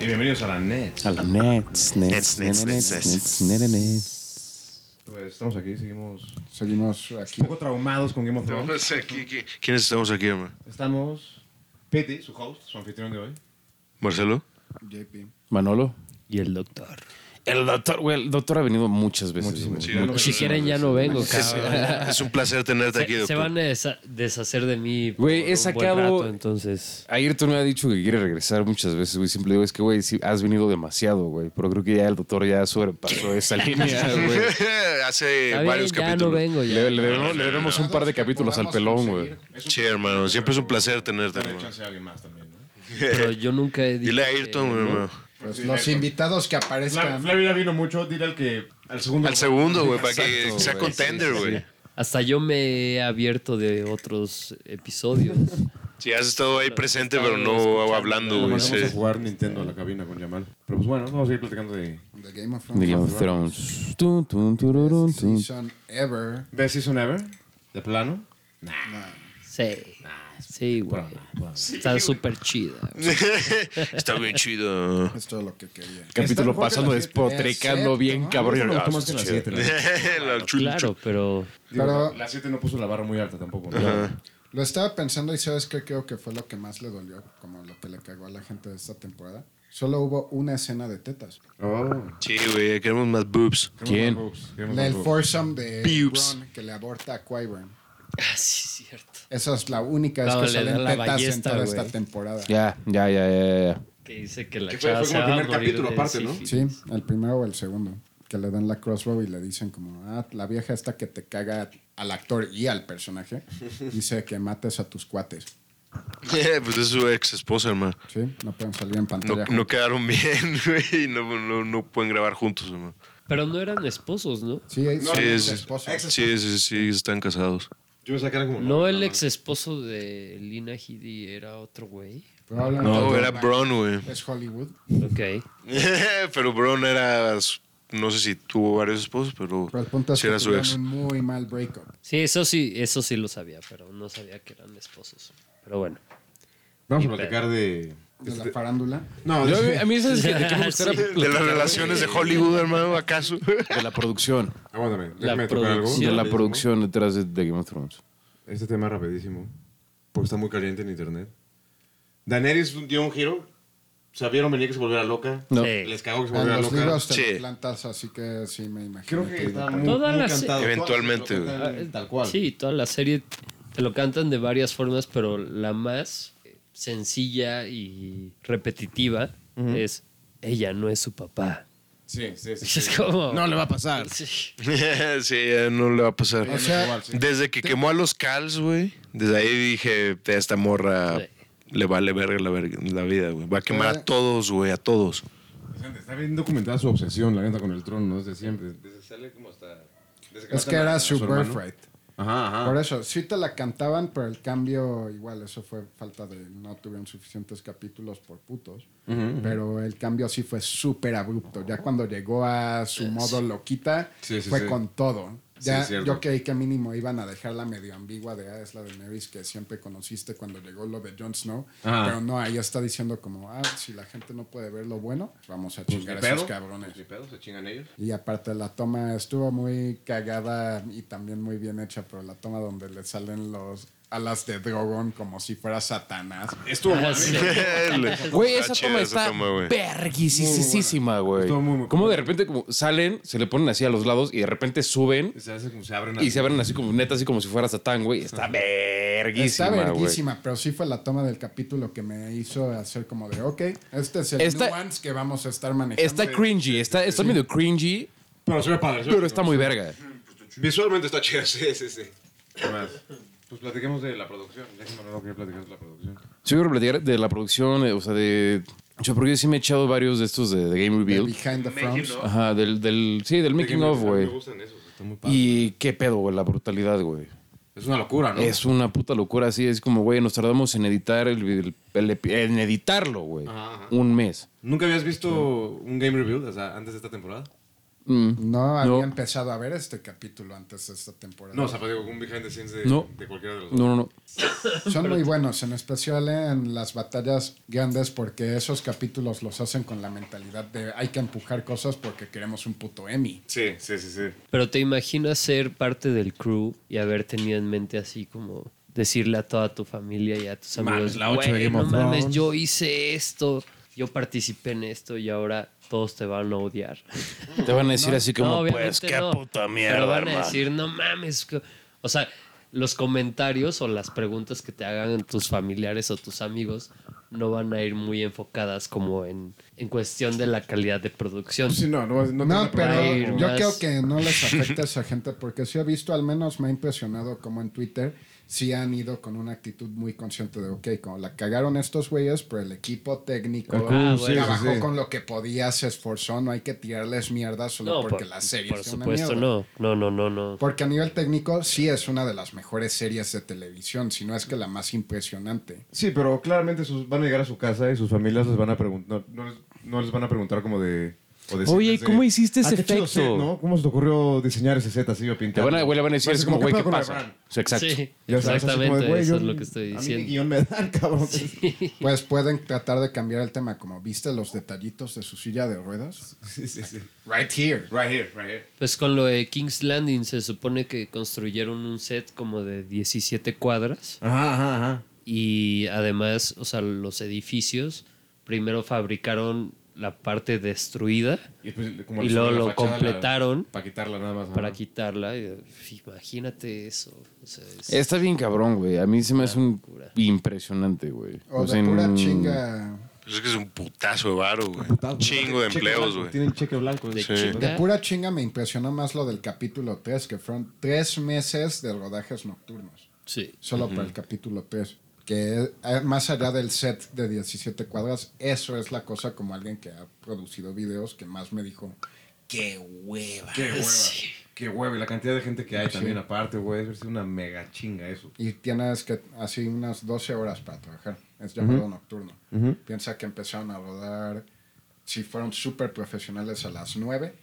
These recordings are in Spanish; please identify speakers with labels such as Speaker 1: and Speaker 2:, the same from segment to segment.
Speaker 1: Y bienvenidos a la Nets.
Speaker 2: A la Nets, Nets, Nets, Nets, Nets, Nets, Nets.
Speaker 1: Pues estamos aquí, seguimos un
Speaker 3: Seguimos aquí.
Speaker 1: poco traumados con Game of
Speaker 4: No,
Speaker 1: Thrones.
Speaker 4: no sé, ¿qui- qui- ¿Quiénes estamos aquí, hermano?
Speaker 1: Estamos Pete, su host, su anfitrión de hoy.
Speaker 4: ¿Marcelo?
Speaker 3: JP.
Speaker 2: Manolo.
Speaker 5: Y el doctor.
Speaker 2: El doctor, güey, el doctor ha venido muchas veces.
Speaker 1: Muchísimas.
Speaker 2: güey.
Speaker 1: Sí, no,
Speaker 5: Si
Speaker 1: no,
Speaker 5: quieren,
Speaker 1: no,
Speaker 5: ya no vengo,
Speaker 4: Es,
Speaker 5: cabrón.
Speaker 4: es un placer tenerte aquí,
Speaker 5: Se, se
Speaker 4: doctor.
Speaker 5: van a desa- deshacer de mí. por
Speaker 2: Güey, he
Speaker 5: un buen
Speaker 2: sacado-
Speaker 5: rato, entonces.
Speaker 2: Ayrton me ha dicho que quiere regresar muchas veces, güey. Siempre digo, es que, güey, sí, has venido demasiado, güey. Pero creo que ya el doctor ya sobrepasó esa línea, güey.
Speaker 1: Eh,
Speaker 4: Hace
Speaker 5: Está bien,
Speaker 4: varios
Speaker 5: ya
Speaker 4: capítulos.
Speaker 5: no vengo ya.
Speaker 2: Le, le debemos, le debemos un par de capítulos al pelón, güey.
Speaker 4: Sí, hermano, siempre es un placer tenerte,
Speaker 1: Dale
Speaker 4: hermano.
Speaker 1: chance a alguien más también, ¿no?
Speaker 5: Pero yo nunca he dicho.
Speaker 4: Dile a
Speaker 5: que-
Speaker 4: Ayrton, hermano.
Speaker 3: Pues los invitados que
Speaker 1: La,
Speaker 3: aparezcan.
Speaker 1: la vida vino mucho, dile al que. Al segundo.
Speaker 4: Al segundo, güey, para que
Speaker 2: Exacto,
Speaker 4: sea
Speaker 2: güey.
Speaker 4: contender, güey.
Speaker 5: Hasta yo me he abierto de otros episodios.
Speaker 4: Sí, has estado ahí presente, pero no
Speaker 5: escuchando,
Speaker 4: hablando,
Speaker 1: Lo
Speaker 4: güey.
Speaker 1: mandamos a
Speaker 4: sí.
Speaker 1: jugar Nintendo a la cabina con Yamal. Pero pues bueno, vamos a ir platicando de.
Speaker 3: The Game of
Speaker 2: De
Speaker 3: Thrones.
Speaker 2: Game of Thrones. Tun, tun, tururun, tun.
Speaker 3: Season ever.
Speaker 1: Best Season Ever, de plano.
Speaker 5: Sí. Sí, güey. Está súper chida.
Speaker 4: Está bien chido.
Speaker 3: Es todo lo que quería.
Speaker 2: Capítulo pasando
Speaker 3: Excepto,
Speaker 2: despotrecando bien,
Speaker 3: ¿no?
Speaker 2: cabrón.
Speaker 1: Bueno,
Speaker 2: Ah,
Speaker 1: tomás de las
Speaker 2: chido.
Speaker 1: siete, ¿no?
Speaker 4: La chuchu.
Speaker 5: Claro, pero.
Speaker 1: Digo,
Speaker 3: Pero-
Speaker 1: La 7 no puso la barra muy alta tampoco. ¿no?
Speaker 3: Lo estaba pensando y sabes que creo que fue lo que más le dolió, como lo que le cagó a la gente de esta temporada. Solo hubo una escena de tetas.
Speaker 1: Oh.
Speaker 4: Sí, güey, queremos más boobs.
Speaker 2: ¿Quién?
Speaker 3: La del foursome de
Speaker 4: Pubes.
Speaker 3: Bron que le aborta a Quairon.
Speaker 5: Ah, sí, es cierto.
Speaker 3: Esa es la única vez
Speaker 5: No,
Speaker 3: que
Speaker 5: le
Speaker 3: salen
Speaker 5: da la
Speaker 3: tetas en
Speaker 5: ballesta,
Speaker 3: toda
Speaker 5: güey.
Speaker 3: esta temporada.
Speaker 2: Ya, ya, ya, ya, ya.
Speaker 5: Que dice que la
Speaker 1: Que fue-
Speaker 5: chava
Speaker 1: fue como el
Speaker 5: se va a
Speaker 1: primer
Speaker 5: morir
Speaker 1: capítulo
Speaker 5: de
Speaker 1: aparte, ¿no?
Speaker 5: sífilis.
Speaker 3: Sí, el primero o el segundo. Que le dan la crossbow y le dicen como, ah, la vieja esta que te caga al actor y al personaje, dice que mates a tus cuates.
Speaker 4: Pues es su ex esposa, hermano.
Speaker 3: Sí, no pueden salir en
Speaker 4: No,
Speaker 3: pantalla.
Speaker 4: no quedaron bien, güey, y no, no, no pueden grabar juntos, hermano.
Speaker 5: Pero no eran esposos, ¿no?
Speaker 3: Sí, ahí son
Speaker 4: Sí,
Speaker 3: los
Speaker 4: sí,
Speaker 3: esposos.
Speaker 4: sí, sí, sí, están casados.
Speaker 1: Yo me sacaron como.
Speaker 5: No, el ex esposo de Lina Headey era otro güey.
Speaker 3: Probablemente
Speaker 4: No,
Speaker 3: Brokeback
Speaker 4: era Bron, güey.
Speaker 3: Es Hollywood.
Speaker 5: Ok.
Speaker 4: pero Bron era. su- No sé si tuvo varios esposos, pero.
Speaker 3: Pero el punto es
Speaker 4: sí
Speaker 3: que
Speaker 4: era su
Speaker 3: tuvieron
Speaker 4: ex.
Speaker 3: un muy mal breakup.
Speaker 5: Sí, eso sí, eso sí lo sabía, pero no sabía que eran esposos. Pero bueno.
Speaker 1: Vamos a
Speaker 5: Ni
Speaker 1: platicar de. eh,
Speaker 3: De
Speaker 4: Este,
Speaker 3: la farándula.
Speaker 1: No,
Speaker 2: Yo,
Speaker 1: de-
Speaker 2: a mí- a mí eso es que- de qué me gustaría
Speaker 5: Sí.
Speaker 4: De las
Speaker 2: platicar,
Speaker 4: relaciones de Hollywood, hermano, ¿acaso?
Speaker 2: güey, de la producción.
Speaker 1: Aguántame, déjame tocar algo.
Speaker 5: producción.
Speaker 2: De la
Speaker 5: Sí,
Speaker 2: producción detrás de, de Game of Thrones.
Speaker 1: Este tema rapidísimo, porque está muy caliente en internet. Daenerys dio un giro, sabieron venir que se volviera loca,
Speaker 2: No.
Speaker 5: Sí.
Speaker 1: les cagó que se
Speaker 3: En
Speaker 1: volviera
Speaker 3: los
Speaker 1: loca.
Speaker 3: libros te
Speaker 4: Sí.
Speaker 3: lo plantas, así que sí me imagino.
Speaker 1: Creo que está muy,
Speaker 5: Todas
Speaker 1: muy
Speaker 5: las-
Speaker 1: cantado.
Speaker 4: Eventualmente,
Speaker 1: Todas lo cantan tal cual.
Speaker 5: Sí, toda la serie te lo cantan de varias formas, pero la más eh, sencilla y repetitiva es ella no es su papá.
Speaker 1: sí, sí, sí, sí.
Speaker 5: Es como
Speaker 2: le va a pasar.
Speaker 5: Sí.
Speaker 4: sí, ya no le va a pasar.
Speaker 3: O sea,
Speaker 1: Igual, sí.
Speaker 4: Desde que quemó a los Cals, güey. Desde ahí dije, a esta morra
Speaker 5: Sí.
Speaker 4: le vale verga la, verga- la vida, güey. Va a quemar a todos, güey, a todos.
Speaker 1: Está bien documentada su obsesión, la neta, con el trono, ¿no? Desde siempre. Desde sale como hasta... desde
Speaker 3: es
Speaker 1: matan
Speaker 3: que
Speaker 1: a-
Speaker 3: era
Speaker 1: a
Speaker 3: su
Speaker 1: hermano.
Speaker 3: birthright.
Speaker 1: Ajá,
Speaker 3: Por
Speaker 1: ajá.
Speaker 3: eso, sí te la cantaban, pero el cambio, igual, eso fue falta de. No tuvieron suficientes capítulos por putos. Pero el cambio sí fue súper abrupto. Ya cuando llegó a su modo loquita,
Speaker 1: Sí, sí,
Speaker 3: fue
Speaker 1: sí.
Speaker 3: con todo.
Speaker 1: Sí,
Speaker 3: Ya
Speaker 1: es cierto.
Speaker 3: yo creí que mínimo iban a dejarla medio ambigua de ah, es la de Nerys que siempre conociste cuando llegó lo de Jon Snow.
Speaker 1: Ajá.
Speaker 3: Pero no, ahí está diciendo como, ah, si la gente no puede ver lo bueno, vamos a
Speaker 1: Pues
Speaker 3: chingar
Speaker 1: ni
Speaker 3: a esos
Speaker 1: pedo.
Speaker 3: cabrones.
Speaker 1: Pues ni pedo, se chingan ellos.
Speaker 3: Y aparte la toma estuvo muy cagada y también muy bien hecha, pero la toma donde le salen los alas de dragón como si fuera Satanás.
Speaker 1: Estuvo
Speaker 5: Ah,
Speaker 1: mal. ¿eh?
Speaker 5: sí.
Speaker 2: Güey,
Speaker 4: Está
Speaker 2: esa
Speaker 4: chida
Speaker 2: toma
Speaker 4: esa
Speaker 2: está
Speaker 4: Ah, toma, güey.
Speaker 2: verguisísima, güey.
Speaker 1: Estuvo muy, muy
Speaker 2: Como de repente como salen, se le ponen así a los lados y de repente suben
Speaker 1: Se hace como se abren
Speaker 2: y se abren así como neta, así como si fuera Satán, güey. Está verguísima,
Speaker 3: Está
Speaker 2: güey.
Speaker 3: verguísima, pero sí fue la toma del capítulo que me hizo hacer como de, ok, este es el
Speaker 2: Está-
Speaker 3: nuance que vamos a estar manejando.
Speaker 2: Está cringy, está, está medio cringy,
Speaker 1: Pero se ve padre. se ve
Speaker 2: pero está muy verga.
Speaker 1: Visualmente está chido, sí, sí, sí. ¿Qué más? Pues platiquemos de la producción. Ya que Manolo quería platicar de la producción.
Speaker 2: Yo quiero platicar de la producción, eh, o sea, de... Yo porque yo sí me he echado varios de estos de, de Game
Speaker 3: de
Speaker 2: Reveal.
Speaker 3: Behind the Thrones.
Speaker 2: Ajá, del, del... Sí, del making of, güey.
Speaker 1: Me gustan esos, está muy padre.
Speaker 2: Y qué pedo, güey, la brutalidad, güey.
Speaker 1: Es una locura, ¿no?
Speaker 2: Es una puta locura, así es como, güey, nos tardamos en editar el, el- el epi- en editarlo, güey.
Speaker 1: Ajá, ajá.
Speaker 2: Un mes.
Speaker 1: ¿Nunca habías visto un game review desde antes de esta temporada?
Speaker 3: No había
Speaker 2: No.
Speaker 3: empezado a ver este capítulo antes de esta temporada.
Speaker 1: No, o sea, pues, digo, un behind the scenes de,
Speaker 2: No.
Speaker 1: de cualquiera de los dos.
Speaker 2: No, no, no.
Speaker 3: Son muy buenos, en especial en las batallas grandes, porque esos capítulos los hacen con la mentalidad de hay que empujar cosas porque queremos un puto Emmy.
Speaker 1: Sí, sí, sí, sí.
Speaker 5: Pero te imaginas ser parte del crew y haber tenido en mente así como decirle a toda tu familia y a tus amigos,
Speaker 6: Mames, la ocho de
Speaker 5: "Güey,
Speaker 6: Game
Speaker 5: no
Speaker 6: of
Speaker 5: mames,
Speaker 6: Thrones".
Speaker 5: yo hice esto, yo participé en esto y ahora todos te van a odiar.
Speaker 2: Te van a decir así como,
Speaker 5: No, obviamente
Speaker 2: pues, qué
Speaker 5: no.
Speaker 2: puta mierda,
Speaker 5: Pero van a
Speaker 2: hermano.
Speaker 5: decir, no mames. que-". O sea, los comentarios o las preguntas que te hagan tus familiares o tus amigos no van a ir muy enfocadas como en, en cuestión de la calidad de producción.
Speaker 6: Pues
Speaker 3: Pues
Speaker 6: Sí, no, no, no,
Speaker 3: No,
Speaker 6: tengo problema.
Speaker 5: ir
Speaker 3: pero yo
Speaker 5: más.
Speaker 3: creo que no les afecta a esa gente porque sí he visto, al menos me ha impresionado como en Twitter, sí han ido con una actitud muy consciente de, ok, como la cagaron estos güeyes, pero el equipo técnico
Speaker 5: Ah, sí,
Speaker 3: trabajó
Speaker 6: sí, sí.
Speaker 3: con lo que podía, se esforzó, no hay que tirarles mierda solo
Speaker 5: No,
Speaker 3: porque
Speaker 5: por,
Speaker 3: la serie
Speaker 5: por
Speaker 3: es una
Speaker 5: supuesto,
Speaker 3: mierda.
Speaker 5: no. No, no, no, no.
Speaker 3: Porque a nivel técnico sí es una de las mejores series de televisión, si no es que la más impresionante.
Speaker 6: Sí, pero claramente sus, van a llegar a su casa y sus familias les van a preguntar, no, no les, no les van a preguntar como de... o decirles
Speaker 2: Oye,
Speaker 6: de,
Speaker 2: ¿cómo hiciste
Speaker 6: "Ah,
Speaker 2: ese
Speaker 6: qué chido
Speaker 2: efecto?
Speaker 6: set, ¿no? ¿Cómo se te ocurrió diseñar ese set así yo
Speaker 2: Te
Speaker 6: pintado?
Speaker 2: van a, güey, le van a decir
Speaker 6: Pues,
Speaker 2: así como, güey,
Speaker 6: pedo
Speaker 2: ¿qué
Speaker 6: con el
Speaker 2: pasa?
Speaker 6: Bran?
Speaker 2: O sea, exacto.
Speaker 5: Sí,
Speaker 6: Ya sabes, así como de,
Speaker 5: exactamente,
Speaker 6: güey,
Speaker 5: eso
Speaker 6: yo-
Speaker 5: es lo que estoy
Speaker 6: A mí ni
Speaker 5: diciendo.
Speaker 6: guión me dan, cabrón.
Speaker 3: Pues pueden tratar de cambiar el tema, como viste los detallitos de su silla de ruedas.
Speaker 6: Sí, sí, sí.
Speaker 3: Right here.
Speaker 1: Right here, right here.
Speaker 5: Pues con lo de King's Landing se supone que construyeron un set como de 17 cuadras.
Speaker 6: Ajá, ajá, ajá.
Speaker 5: Y además, o sea, los edificios primero fabricaron la parte destruida
Speaker 1: Y,
Speaker 6: pues,
Speaker 1: después, como
Speaker 5: Y
Speaker 1: le
Speaker 5: luego
Speaker 1: subieron
Speaker 5: lo
Speaker 1: la fachada,
Speaker 5: completaron.
Speaker 1: la- Para quitarla nada más.
Speaker 5: para
Speaker 1: ajá.
Speaker 5: quitarla. Y, uf, imagínate eso. o sea, es-
Speaker 2: Está bien cabrón, güey. A mí se me hace un
Speaker 5: Locura.
Speaker 2: impresionante, güey.
Speaker 3: O
Speaker 2: sea,
Speaker 3: de pura
Speaker 2: en-
Speaker 3: chinga.
Speaker 4: Pues es que es un putazo de varo, güey.
Speaker 6: Putazo, ¿no?
Speaker 4: Chingo de
Speaker 6: Cheque
Speaker 4: empleos,
Speaker 6: blanco,
Speaker 4: güey.
Speaker 6: Tienen cheque blanco.
Speaker 5: De
Speaker 4: Sí.
Speaker 5: chinga.
Speaker 3: De pura chinga me impresionó más lo del capítulo 3, que fueron tres meses de rodajes nocturnos,
Speaker 5: Sí.
Speaker 3: solo para el capítulo 3. Que eh, más allá del set de 17 cuadras, eso es la cosa como alguien que ha producido videos que más me dijo, qué hueva.
Speaker 6: Qué hueva.
Speaker 5: Sí.
Speaker 6: Qué hueva. Y la cantidad de gente que hay
Speaker 3: Sí.
Speaker 6: también aparte, güey. Es una mega chinga eso.
Speaker 3: Y tienes que así unas 12 horas para trabajar. Es llamado nocturno. Piensa que empezaron a rodar, si fueron súper profesionales a las 9,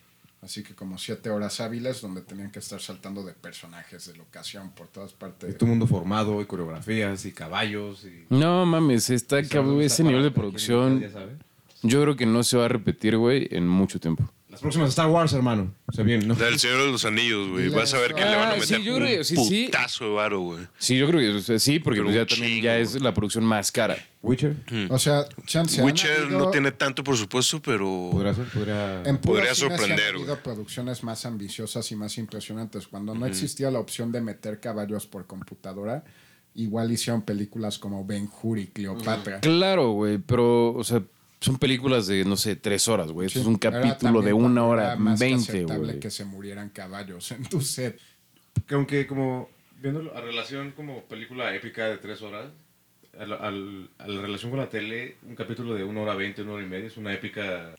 Speaker 3: así que como 7 horas hábiles donde tenían que estar saltando de personajes, de locación por todas
Speaker 6: Y
Speaker 3: partes.
Speaker 6: todo mundo formado, y coreografías, y caballos, y...
Speaker 2: No mames, está cabrón.
Speaker 6: Está
Speaker 2: Ese nivel de
Speaker 6: para-
Speaker 2: producción,
Speaker 6: ya sabes.
Speaker 2: yo creo que no se va a repetir, güey, en mucho tiempo.
Speaker 6: Las próximas Star Wars, hermano. Se vienen, ¿no?
Speaker 4: La del Señor de los Anillos, güey.
Speaker 3: La-
Speaker 4: Vas a ver que le van a
Speaker 2: Ah, sí,
Speaker 4: meter
Speaker 2: yo creo que
Speaker 4: un
Speaker 2: sí, sí.
Speaker 4: putazo de varo, güey.
Speaker 2: Sí, yo creo que o sea, sí, porque
Speaker 4: Pero
Speaker 2: pues,
Speaker 4: un
Speaker 2: ya también
Speaker 4: chingo,
Speaker 2: ya es la producción más cara.
Speaker 6: Witcher.
Speaker 3: O sea, chance. han
Speaker 4: Witcher
Speaker 3: habido-
Speaker 4: no tiene tanto, por supuesto, pero...
Speaker 6: Podría ser, podría...
Speaker 3: en puro
Speaker 4: podría
Speaker 3: cine sí han
Speaker 4: sorprender,
Speaker 3: habido
Speaker 4: güey.
Speaker 3: producciones más ambiciosas y más impresionantes. Cuando no existía la opción de meter caballos por computadora, igual hicieron películas como Ben Hur y Cleopatra.
Speaker 2: Claro, güey, pero, o sea, son películas de, no sé, tres horas, güey. Esto
Speaker 3: Sí,
Speaker 2: es un
Speaker 3: era
Speaker 2: capítulo
Speaker 3: también
Speaker 2: de una
Speaker 3: cuando
Speaker 2: hora
Speaker 3: era más que
Speaker 2: veinte,
Speaker 3: aceptable
Speaker 2: güey.
Speaker 3: que se murieran caballos en tu set.
Speaker 1: Que aunque como viéndolo a relación como película épica de tres horas, al- al- a la relación con la tele, un capítulo de una hora veinte, una hora y media es una épica.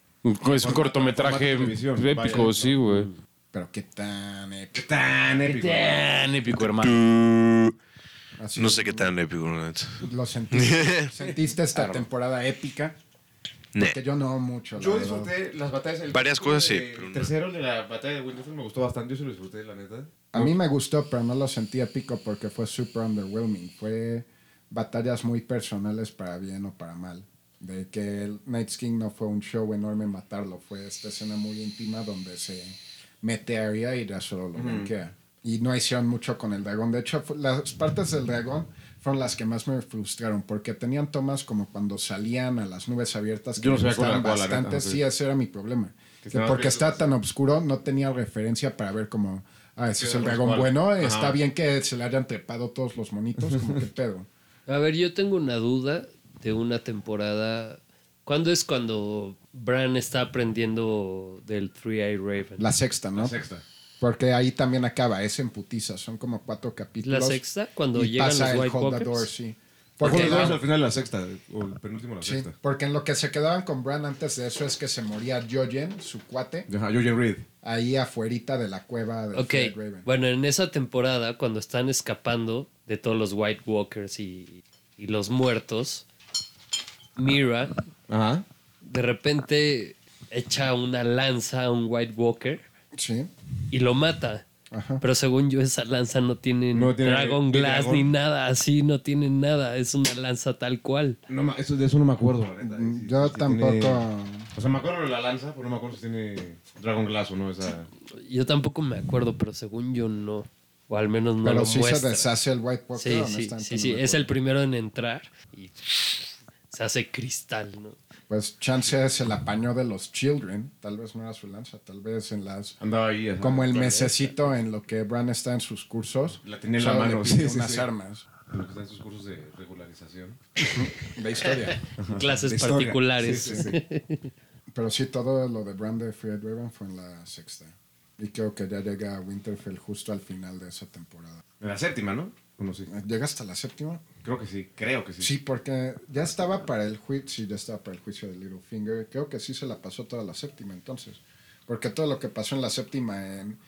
Speaker 2: Es un cortometraje
Speaker 6: formato de televisión,
Speaker 2: épico,
Speaker 6: vaya,
Speaker 2: sí, güey.
Speaker 3: Pero qué tan
Speaker 6: ¿Qué
Speaker 3: épico.
Speaker 6: tan épico?
Speaker 2: Tan Ah, épico, hermano.
Speaker 3: Así
Speaker 4: No sé qué tan épico, la neta.
Speaker 3: Lo sentiste, sentiste esta temporada épica.
Speaker 4: Nah.
Speaker 3: Que yo no mucho. la
Speaker 6: Yo
Speaker 3: verdad.
Speaker 6: disfruté las batallas. El
Speaker 4: Varias cosas, sí,
Speaker 6: de-
Speaker 4: pero
Speaker 6: El
Speaker 4: no.
Speaker 6: tercero de la batalla de Winterfell me gustó bastante. Yo se lo disfruté, la neta.
Speaker 3: A mí me gustó, pero no lo sentí épico porque fue super underwhelming. Fue batallas muy personales para bien o para mal. De que el Night's King no fue un show enorme matarlo, fue esta escena muy íntima donde se mete a Arya y ya solo lo blanquea. Y no hicieron mucho con el dragón. De hecho, fu- las partes del dragón fueron las que más me frustraron porque tenían tomas como cuando salían a las nubes abiertas que
Speaker 6: Yo no
Speaker 3: me
Speaker 6: sabía cuál era
Speaker 3: gustaban
Speaker 6: cuál, la neta,
Speaker 3: bastante.
Speaker 6: no sé.
Speaker 3: Sí, ese era mi problema.
Speaker 6: Que
Speaker 3: Que
Speaker 6: estabas
Speaker 3: porque
Speaker 6: viendo
Speaker 3: está
Speaker 6: las-
Speaker 3: tan oscuro, no tenía referencia para ver como, ah, ese es el
Speaker 6: Pues,
Speaker 3: dragón
Speaker 6: ¿cuál?
Speaker 3: bueno,
Speaker 6: Ajá.
Speaker 3: está bien que se le hayan trepado todos los monitos, como que pedo.
Speaker 5: A ver, yo tengo una duda de una temporada. ¿Cuándo es cuando Bran está aprendiendo del Three Eye Raven?
Speaker 3: La sexta, ¿no?
Speaker 6: La sexta.
Speaker 3: Porque ahí también acaba, es en putiza, son como cuatro capítulos.
Speaker 5: ¿La sexta? ¿Cuando
Speaker 3: y
Speaker 5: llegan
Speaker 3: pasa
Speaker 5: los
Speaker 3: el
Speaker 5: White
Speaker 3: Hold the
Speaker 5: Walkers?
Speaker 3: Door, sí.
Speaker 6: Porque
Speaker 3: Porque,
Speaker 6: los dos al final de la sexta. O el penúltimo de la
Speaker 3: sí,
Speaker 6: sexta.
Speaker 3: porque en lo que se quedaban con Bran antes de eso es que se moría Jojen, su cuate,
Speaker 6: Ajá, Jojen Reed.
Speaker 3: ahí afuerita de la cueva de
Speaker 5: Ok,
Speaker 3: Raven.
Speaker 5: bueno, en esa temporada, cuando están escapando de todos los White Walkers y, y los muertos, Mira
Speaker 6: Ajá.
Speaker 5: de repente echa una lanza a un White Walker
Speaker 3: Sí.
Speaker 5: y lo mata.
Speaker 3: Ajá.
Speaker 5: Pero según yo, esa lanza no tiene,
Speaker 1: No tiene
Speaker 5: Dragon
Speaker 1: ni
Speaker 5: Glass
Speaker 1: dragón.
Speaker 5: ni nada, así no tiene nada. Es una lanza tal cual.
Speaker 1: No, ma- eso, de eso no me acuerdo, la neta.
Speaker 3: Mm,
Speaker 1: Si-
Speaker 3: yo
Speaker 1: si
Speaker 3: tampoco-
Speaker 1: O sea, me acuerdo de la lanza, pero no me acuerdo si tiene Dragon Glass o no esa.
Speaker 5: Yo tampoco me acuerdo, pero según yo no. O al menos no
Speaker 3: Pero
Speaker 5: lo
Speaker 3: sí se
Speaker 5: muestra.
Speaker 3: deshace el White Walker.
Speaker 5: sí, sí,
Speaker 3: honestamente,
Speaker 5: sí,
Speaker 3: no
Speaker 5: sí.
Speaker 3: me
Speaker 5: Es
Speaker 3: acuerdo.
Speaker 5: el primero en entrar y se hace cristal, ¿no?
Speaker 3: Pues Chance se la apañó de los Children. Tal vez no era su lanza. Tal vez en las...
Speaker 1: Andaba ahí. ajá.
Speaker 3: Como el mesecito en lo que Bran está en sus cursos.
Speaker 1: La tenía en la
Speaker 3: solo le
Speaker 1: mano,
Speaker 3: pidió
Speaker 1: sí, sí,
Speaker 3: unas
Speaker 1: sí.
Speaker 3: armas
Speaker 1: Lo que está en sus cursos de regularización.
Speaker 3: de historia.
Speaker 5: Clases
Speaker 1: De historia.
Speaker 5: particulares.
Speaker 1: Sí, sí, sí.
Speaker 3: Pero sí, todo lo de Bran de Fear Raven fue en la sexta. Y creo que ya llega a Winterfell justo al final de esa temporada.
Speaker 1: En la séptima, ¿no? Bueno, sí.
Speaker 3: ¿Llega hasta la séptima?
Speaker 1: Creo que sí, creo que sí.
Speaker 3: Sí, porque ya estaba para el juicio, sí, ya estaba para el juicio de Littlefinger. Creo que sí se la pasó toda la séptima entonces. Porque todo lo que pasó en la séptima en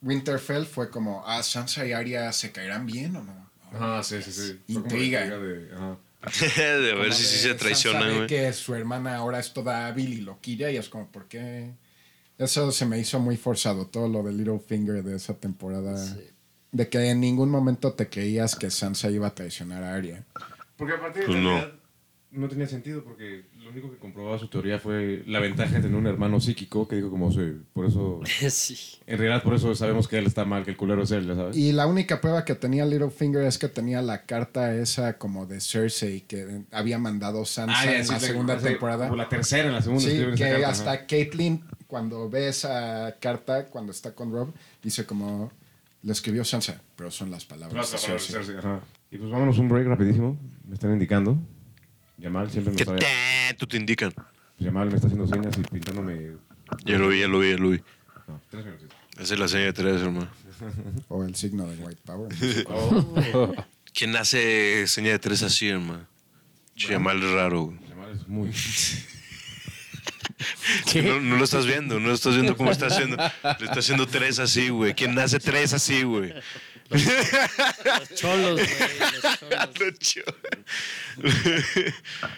Speaker 3: Winterfell fue como, ah, Sansa y Arya se caerán bien o no.
Speaker 1: Ah, sí, sí, sí. Fue como
Speaker 3: Intriga.
Speaker 1: la intriga de- ajá.
Speaker 4: de ver
Speaker 3: Como
Speaker 4: si sí
Speaker 3: de
Speaker 4: se
Speaker 3: Sansa
Speaker 4: traicionan,
Speaker 3: ve
Speaker 4: güey.
Speaker 3: que su hermana ahora es toda hábil y loquilla y es como, ¿por qué? Eso se me hizo muy forzado, todo lo de Littlefinger de esa temporada. De que en ningún momento te creías que Sansa iba a traicionar a Arya.
Speaker 1: Porque aparte
Speaker 4: Pues
Speaker 1: en
Speaker 4: no.
Speaker 1: realidad, no. tenía sentido porque lo único que comprobaba su teoría fue la ventaja de tener un hermano psíquico que dijo como "Sí, por eso
Speaker 5: Sí.
Speaker 1: en realidad por eso sabemos que él está mal, que el culero es él, ya sabes.
Speaker 3: Y la única prueba que tenía Littlefinger es que tenía la carta esa como de Cersei que había mandado Sansa en la
Speaker 1: Ah, sí,
Speaker 3: segunda
Speaker 1: sí,
Speaker 3: temporada.
Speaker 1: O la tercera en la segunda.
Speaker 3: Sí,
Speaker 1: escriben esa
Speaker 3: que
Speaker 1: carta,
Speaker 3: hasta
Speaker 1: ajá.
Speaker 3: Caitlyn, cuando ve esa carta, cuando está con Rob, dice como, le escribió Sansa, pero son las
Speaker 1: Pero
Speaker 3: palabras
Speaker 1: hasta
Speaker 3: de
Speaker 1: para
Speaker 3: Cersei.
Speaker 1: vencerse, ajá. Y pues vámonos un break rapidísimo. Me están indicando. Yamal siempre me
Speaker 4: ¿Qué
Speaker 1: está...
Speaker 4: tanto te indican?
Speaker 1: Yamal me está haciendo señas y pintándome...
Speaker 4: Ya lo vi, ya lo vi, ya lo vi.
Speaker 1: No, tres minutitos.
Speaker 4: Esa es la seña de tres, hermano.
Speaker 3: O el signo de White Power.
Speaker 4: ¿Quién hace seña de tres así, hermano? Chiamal es raro, güey.
Speaker 1: Yamal es muy...
Speaker 4: No, no lo estás viendo, no lo estás viendo cómo está haciendo. Le está haciendo tres así, güey. ¿Quién hace tres así, güey?
Speaker 5: Los cholos, güey. Los cholos.
Speaker 4: Lo chido.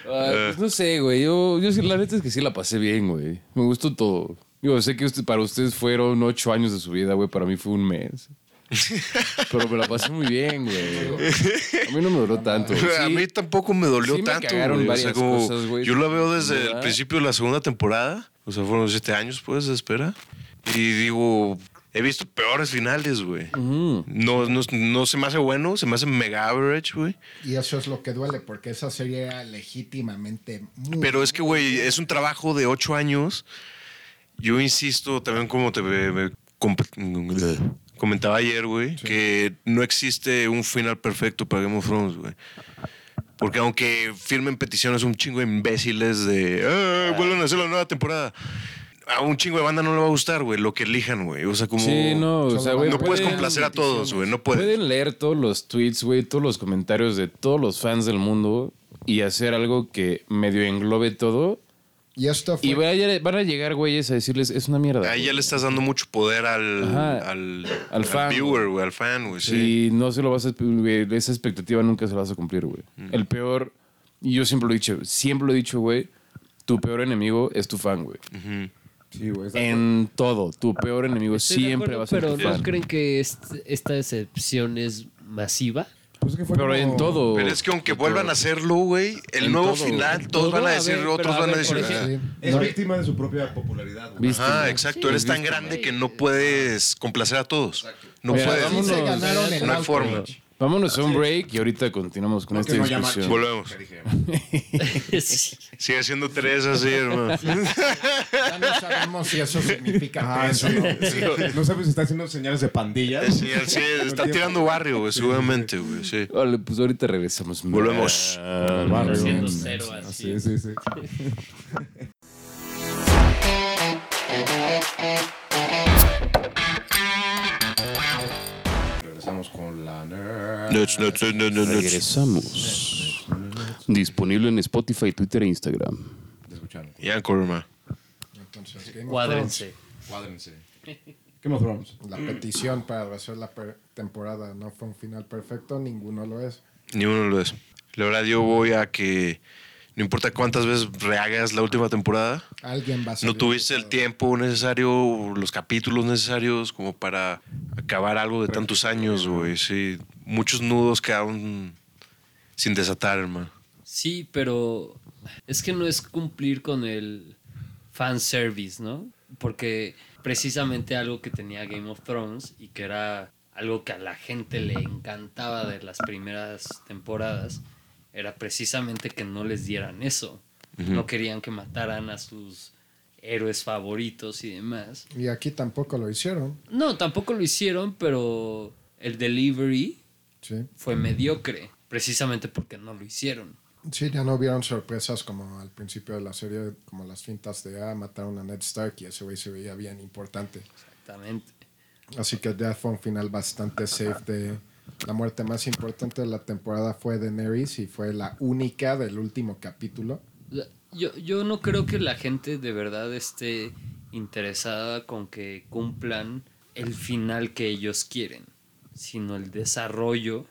Speaker 2: Ah, pues no sé, güey. Yo, yo sí, la neta es que sí la pasé bien, güey. Me gustó todo. Yo sé que usted- para ustedes fueron ocho años de su vida, güey. Para mí fue un mes. Pero me la pasé muy bien, güey. A mí no me duró tanto.
Speaker 4: Güey, a
Speaker 2: Sí,
Speaker 4: mí tampoco me dolió
Speaker 2: sí me
Speaker 4: tanto.
Speaker 2: cagaron
Speaker 4: güey. O sea,
Speaker 2: varias
Speaker 4: como-
Speaker 2: cosas, güey.
Speaker 4: yo la veo desde
Speaker 2: ¿Verdad?
Speaker 4: el principio de la segunda temporada. O sea, fueron siete años, pues, de espera. Y digo, he visto peores finales, güey. no, no, no se me hace bueno, se me hace mega average, güey.
Speaker 3: Y eso es lo que duele, porque esa serie era legítimamente muy...
Speaker 4: Pero es que, güey, es un trabajo de ocho años. Yo insisto también como te me- comp- comentaba ayer, güey, que no existe un final perfecto para Game of Thrones, güey. Porque aunque firmen peticiones un chingo de imbéciles de "Eh, vuelvan a hacer la nueva temporada, a un chingo de banda no le va a gustar, güey, lo que elijan, güey. O sea, como...
Speaker 2: Sí, no, o
Speaker 3: Solo
Speaker 2: sea, güey.
Speaker 4: no puedes
Speaker 2: pueden-
Speaker 4: complacer a todos, güey, no puedes.
Speaker 2: Pueden leer todos los tweets, güey, todos los comentarios de todos los fans del mundo y hacer algo que medio englobe todo.
Speaker 3: Y esto fue...
Speaker 2: Y van a, llegar- van a llegar, güeyes, a decirles, es una mierda.
Speaker 4: Ahí
Speaker 2: güey.
Speaker 4: ya le estás dando mucho poder al,
Speaker 2: Ajá.
Speaker 4: al,
Speaker 2: Al fan,
Speaker 4: viewer, güey, al fan, güey. Sí.
Speaker 2: Y no se lo vas a. güey, Esa expectativa nunca se la vas a cumplir, güey.
Speaker 4: Mm.
Speaker 2: El peor. Y yo siempre lo he dicho, siempre lo he dicho, güey. Tu peor enemigo es tu fan, güey.
Speaker 1: Sí, güey. está-
Speaker 2: En todo. Tu peor enemigo
Speaker 5: Estoy de
Speaker 2: siempre
Speaker 5: acuerdo,
Speaker 2: va a ser
Speaker 5: Pero
Speaker 2: tu
Speaker 5: ¿no
Speaker 2: fan.
Speaker 5: creen que est- esta decepción es masiva?
Speaker 1: Pues es que fue
Speaker 2: Pero
Speaker 1: como-
Speaker 2: en todo.
Speaker 4: Pero es que aunque vuelvan a hacerlo, güey, el
Speaker 2: En
Speaker 4: nuevo
Speaker 2: todo,
Speaker 4: final,
Speaker 2: güey.
Speaker 4: todos
Speaker 5: Todo,
Speaker 4: van a
Speaker 5: a
Speaker 4: decir,
Speaker 5: ver,
Speaker 4: otros
Speaker 5: pero a
Speaker 4: van a
Speaker 5: ver, por
Speaker 4: decir.
Speaker 5: ejemplo-
Speaker 3: Sí.
Speaker 1: Es
Speaker 3: No,
Speaker 1: víctima de su propia popularidad, güey.
Speaker 2: ¿Viste,
Speaker 4: Ajá,
Speaker 2: güey?
Speaker 4: exacto.
Speaker 2: Sí,
Speaker 4: Eres tan
Speaker 2: ¿viste?
Speaker 4: grande que no puedes complacer a todos. No
Speaker 2: Mira,
Speaker 4: puedes.
Speaker 3: sí se
Speaker 2: vámonos.
Speaker 3: ganaron el
Speaker 4: eh, No hay
Speaker 3: outro.
Speaker 4: forma.
Speaker 2: Vámonos a un break y ahorita continuamos con esta
Speaker 1: no llama-
Speaker 2: discusión.
Speaker 4: Volvemos.
Speaker 5: Sí.
Speaker 4: Sigue siendo tres así, hermano.
Speaker 3: Ya no sabemos si eso significa
Speaker 1: Ah,
Speaker 3: eso.
Speaker 1: sí, sí. No sabes si está haciendo señales de pandillas.
Speaker 4: Sí, sí, está tirando barrio, güey, seguramente, güey. Sí.
Speaker 2: Vale, pues ahorita regresamos.
Speaker 4: Volvemos.
Speaker 2: Ah,
Speaker 1: Barrio.
Speaker 5: Haciendo cero así.
Speaker 1: Sí, sí, sí. Regresamos con la nerd.
Speaker 4: Nuts, nuts, nuts, nuts, nuts.
Speaker 2: Regresamos. Disponible en Spotify, Twitter e Instagram.
Speaker 1: Te escucharon.
Speaker 4: Y Anchor, hermano.
Speaker 3: Entonces, Game of
Speaker 5: Cuádrense.
Speaker 1: Cuádrense. Game of Thrones.
Speaker 3: Thrones, La petición para hacer la per- temporada no fue un final perfecto, ninguno lo es.
Speaker 4: Ni uno lo es. La verdad, yo voy a que No importa cuántas veces rehagas la última temporada,
Speaker 3: Alguien va a salir
Speaker 4: no tuviste el
Speaker 3: afectado.
Speaker 4: tiempo necesario, los capítulos necesarios como para acabar algo de tantos años, güey. Sí, muchos nudos quedaron sin desatar, hermano.
Speaker 5: Sí, pero es que no es cumplir con el fan service, ¿no? Porque precisamente algo que tenía Game of Thrones y que era algo que a la gente le encantaba de las primeras temporadas era precisamente que no les dieran eso. No querían que mataran a sus héroes favoritos y demás.
Speaker 3: Y aquí tampoco lo hicieron.
Speaker 5: No, tampoco lo hicieron, pero el delivery
Speaker 3: Sí.
Speaker 5: fue mediocre, precisamente porque no lo hicieron.
Speaker 3: Sí, ya no hubieron sorpresas como al principio de la serie, como las fintas de, ah, mataron a Ned Stark y ese güey se veía bien importante.
Speaker 5: Exactamente.
Speaker 3: Así que ya fue un final bastante safe de... La muerte más importante de la temporada fue Daenerys y fue la única del último capítulo.
Speaker 5: O sea, Yo, yo no creo que la gente de verdad esté interesada con que cumplan el final que ellos quieren, sino el desarrollo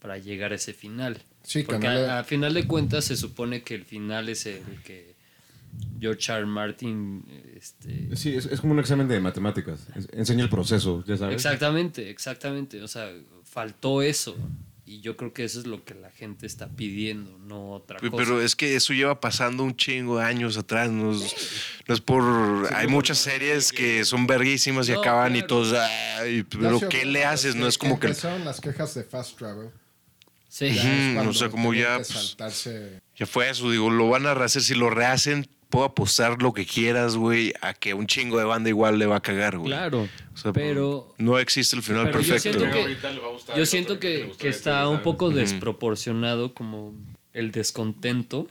Speaker 5: para llegar a ese final.
Speaker 3: Sí, que
Speaker 5: Porque
Speaker 3: no
Speaker 5: a-
Speaker 3: le-
Speaker 5: a, final de cuentas se supone que el final es el que George R. R. Martin... Este,
Speaker 6: Sí, es, es como un examen de matemáticas. Es- enseña el proceso, ya sabes.
Speaker 5: Exactamente, exactamente. O sea, faltó eso. Y yo creo que eso es lo que la gente está pidiendo, no otra
Speaker 4: Güey,
Speaker 5: cosa.
Speaker 4: Pero es que eso lleva pasando un chingo de años atrás. No es, no es por. hay muchas series que son verguísimas y
Speaker 5: No,
Speaker 4: acaban y
Speaker 5: claro.
Speaker 4: todos. "Ay,
Speaker 3: Ya
Speaker 4: pero
Speaker 3: se
Speaker 4: ¿qué le
Speaker 3: olvidaron
Speaker 4: haces?
Speaker 3: que-
Speaker 4: No es como que.
Speaker 3: Empezaron las quejas de Fast Travel.
Speaker 5: sí.
Speaker 3: Ya es
Speaker 4: Ujú,
Speaker 3: cuando
Speaker 4: o sea, como
Speaker 3: tenían
Speaker 4: ya,
Speaker 3: que
Speaker 4: pues,
Speaker 3: saltarse-
Speaker 4: Ya fue eso. Digo, lo van a rehacer. Si lo rehacen, puedo apostar lo que quieras, güey, a que un chingo de banda igual le va a cagar, güey.
Speaker 5: Claro.
Speaker 4: O sea,
Speaker 5: pero
Speaker 4: No existe el final
Speaker 5: pero yo
Speaker 4: perfecto.
Speaker 5: siento
Speaker 4: güey.
Speaker 5: que- yo siento que, que está un poco desproporcionado como el descontento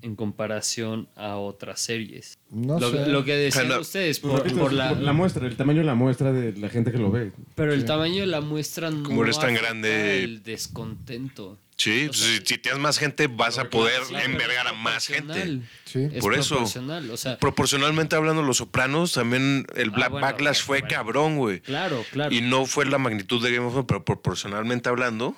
Speaker 5: en comparación a otras series.
Speaker 3: No
Speaker 5: lo,
Speaker 3: sé.
Speaker 5: lo que decían
Speaker 4: Ojalá.
Speaker 5: ustedes,
Speaker 6: Pues
Speaker 5: por,
Speaker 6: repito,
Speaker 5: por
Speaker 6: es
Speaker 5: la,
Speaker 6: muestra, el tamaño de la muestra de la gente que lo ve.
Speaker 5: pero el tamaño de la muestra no
Speaker 4: Como eres tan
Speaker 5: afecta
Speaker 4: grande-
Speaker 5: el descontento.
Speaker 4: Sí, si, si tienes más gente, vas a poder envergar a más gente.
Speaker 3: Sí.
Speaker 5: Es
Speaker 4: Por eso.
Speaker 5: proporcional, o sea,
Speaker 4: Proporcionalmente hablando, los sopranos también el
Speaker 5: Ah,
Speaker 4: Black
Speaker 5: bueno,
Speaker 4: Backlash
Speaker 5: bueno,
Speaker 4: fue
Speaker 5: bueno.
Speaker 4: cabrón, güey.
Speaker 5: claro, claro.
Speaker 4: Y no fue la magnitud de Game of Thrones, pero proporcionalmente hablando,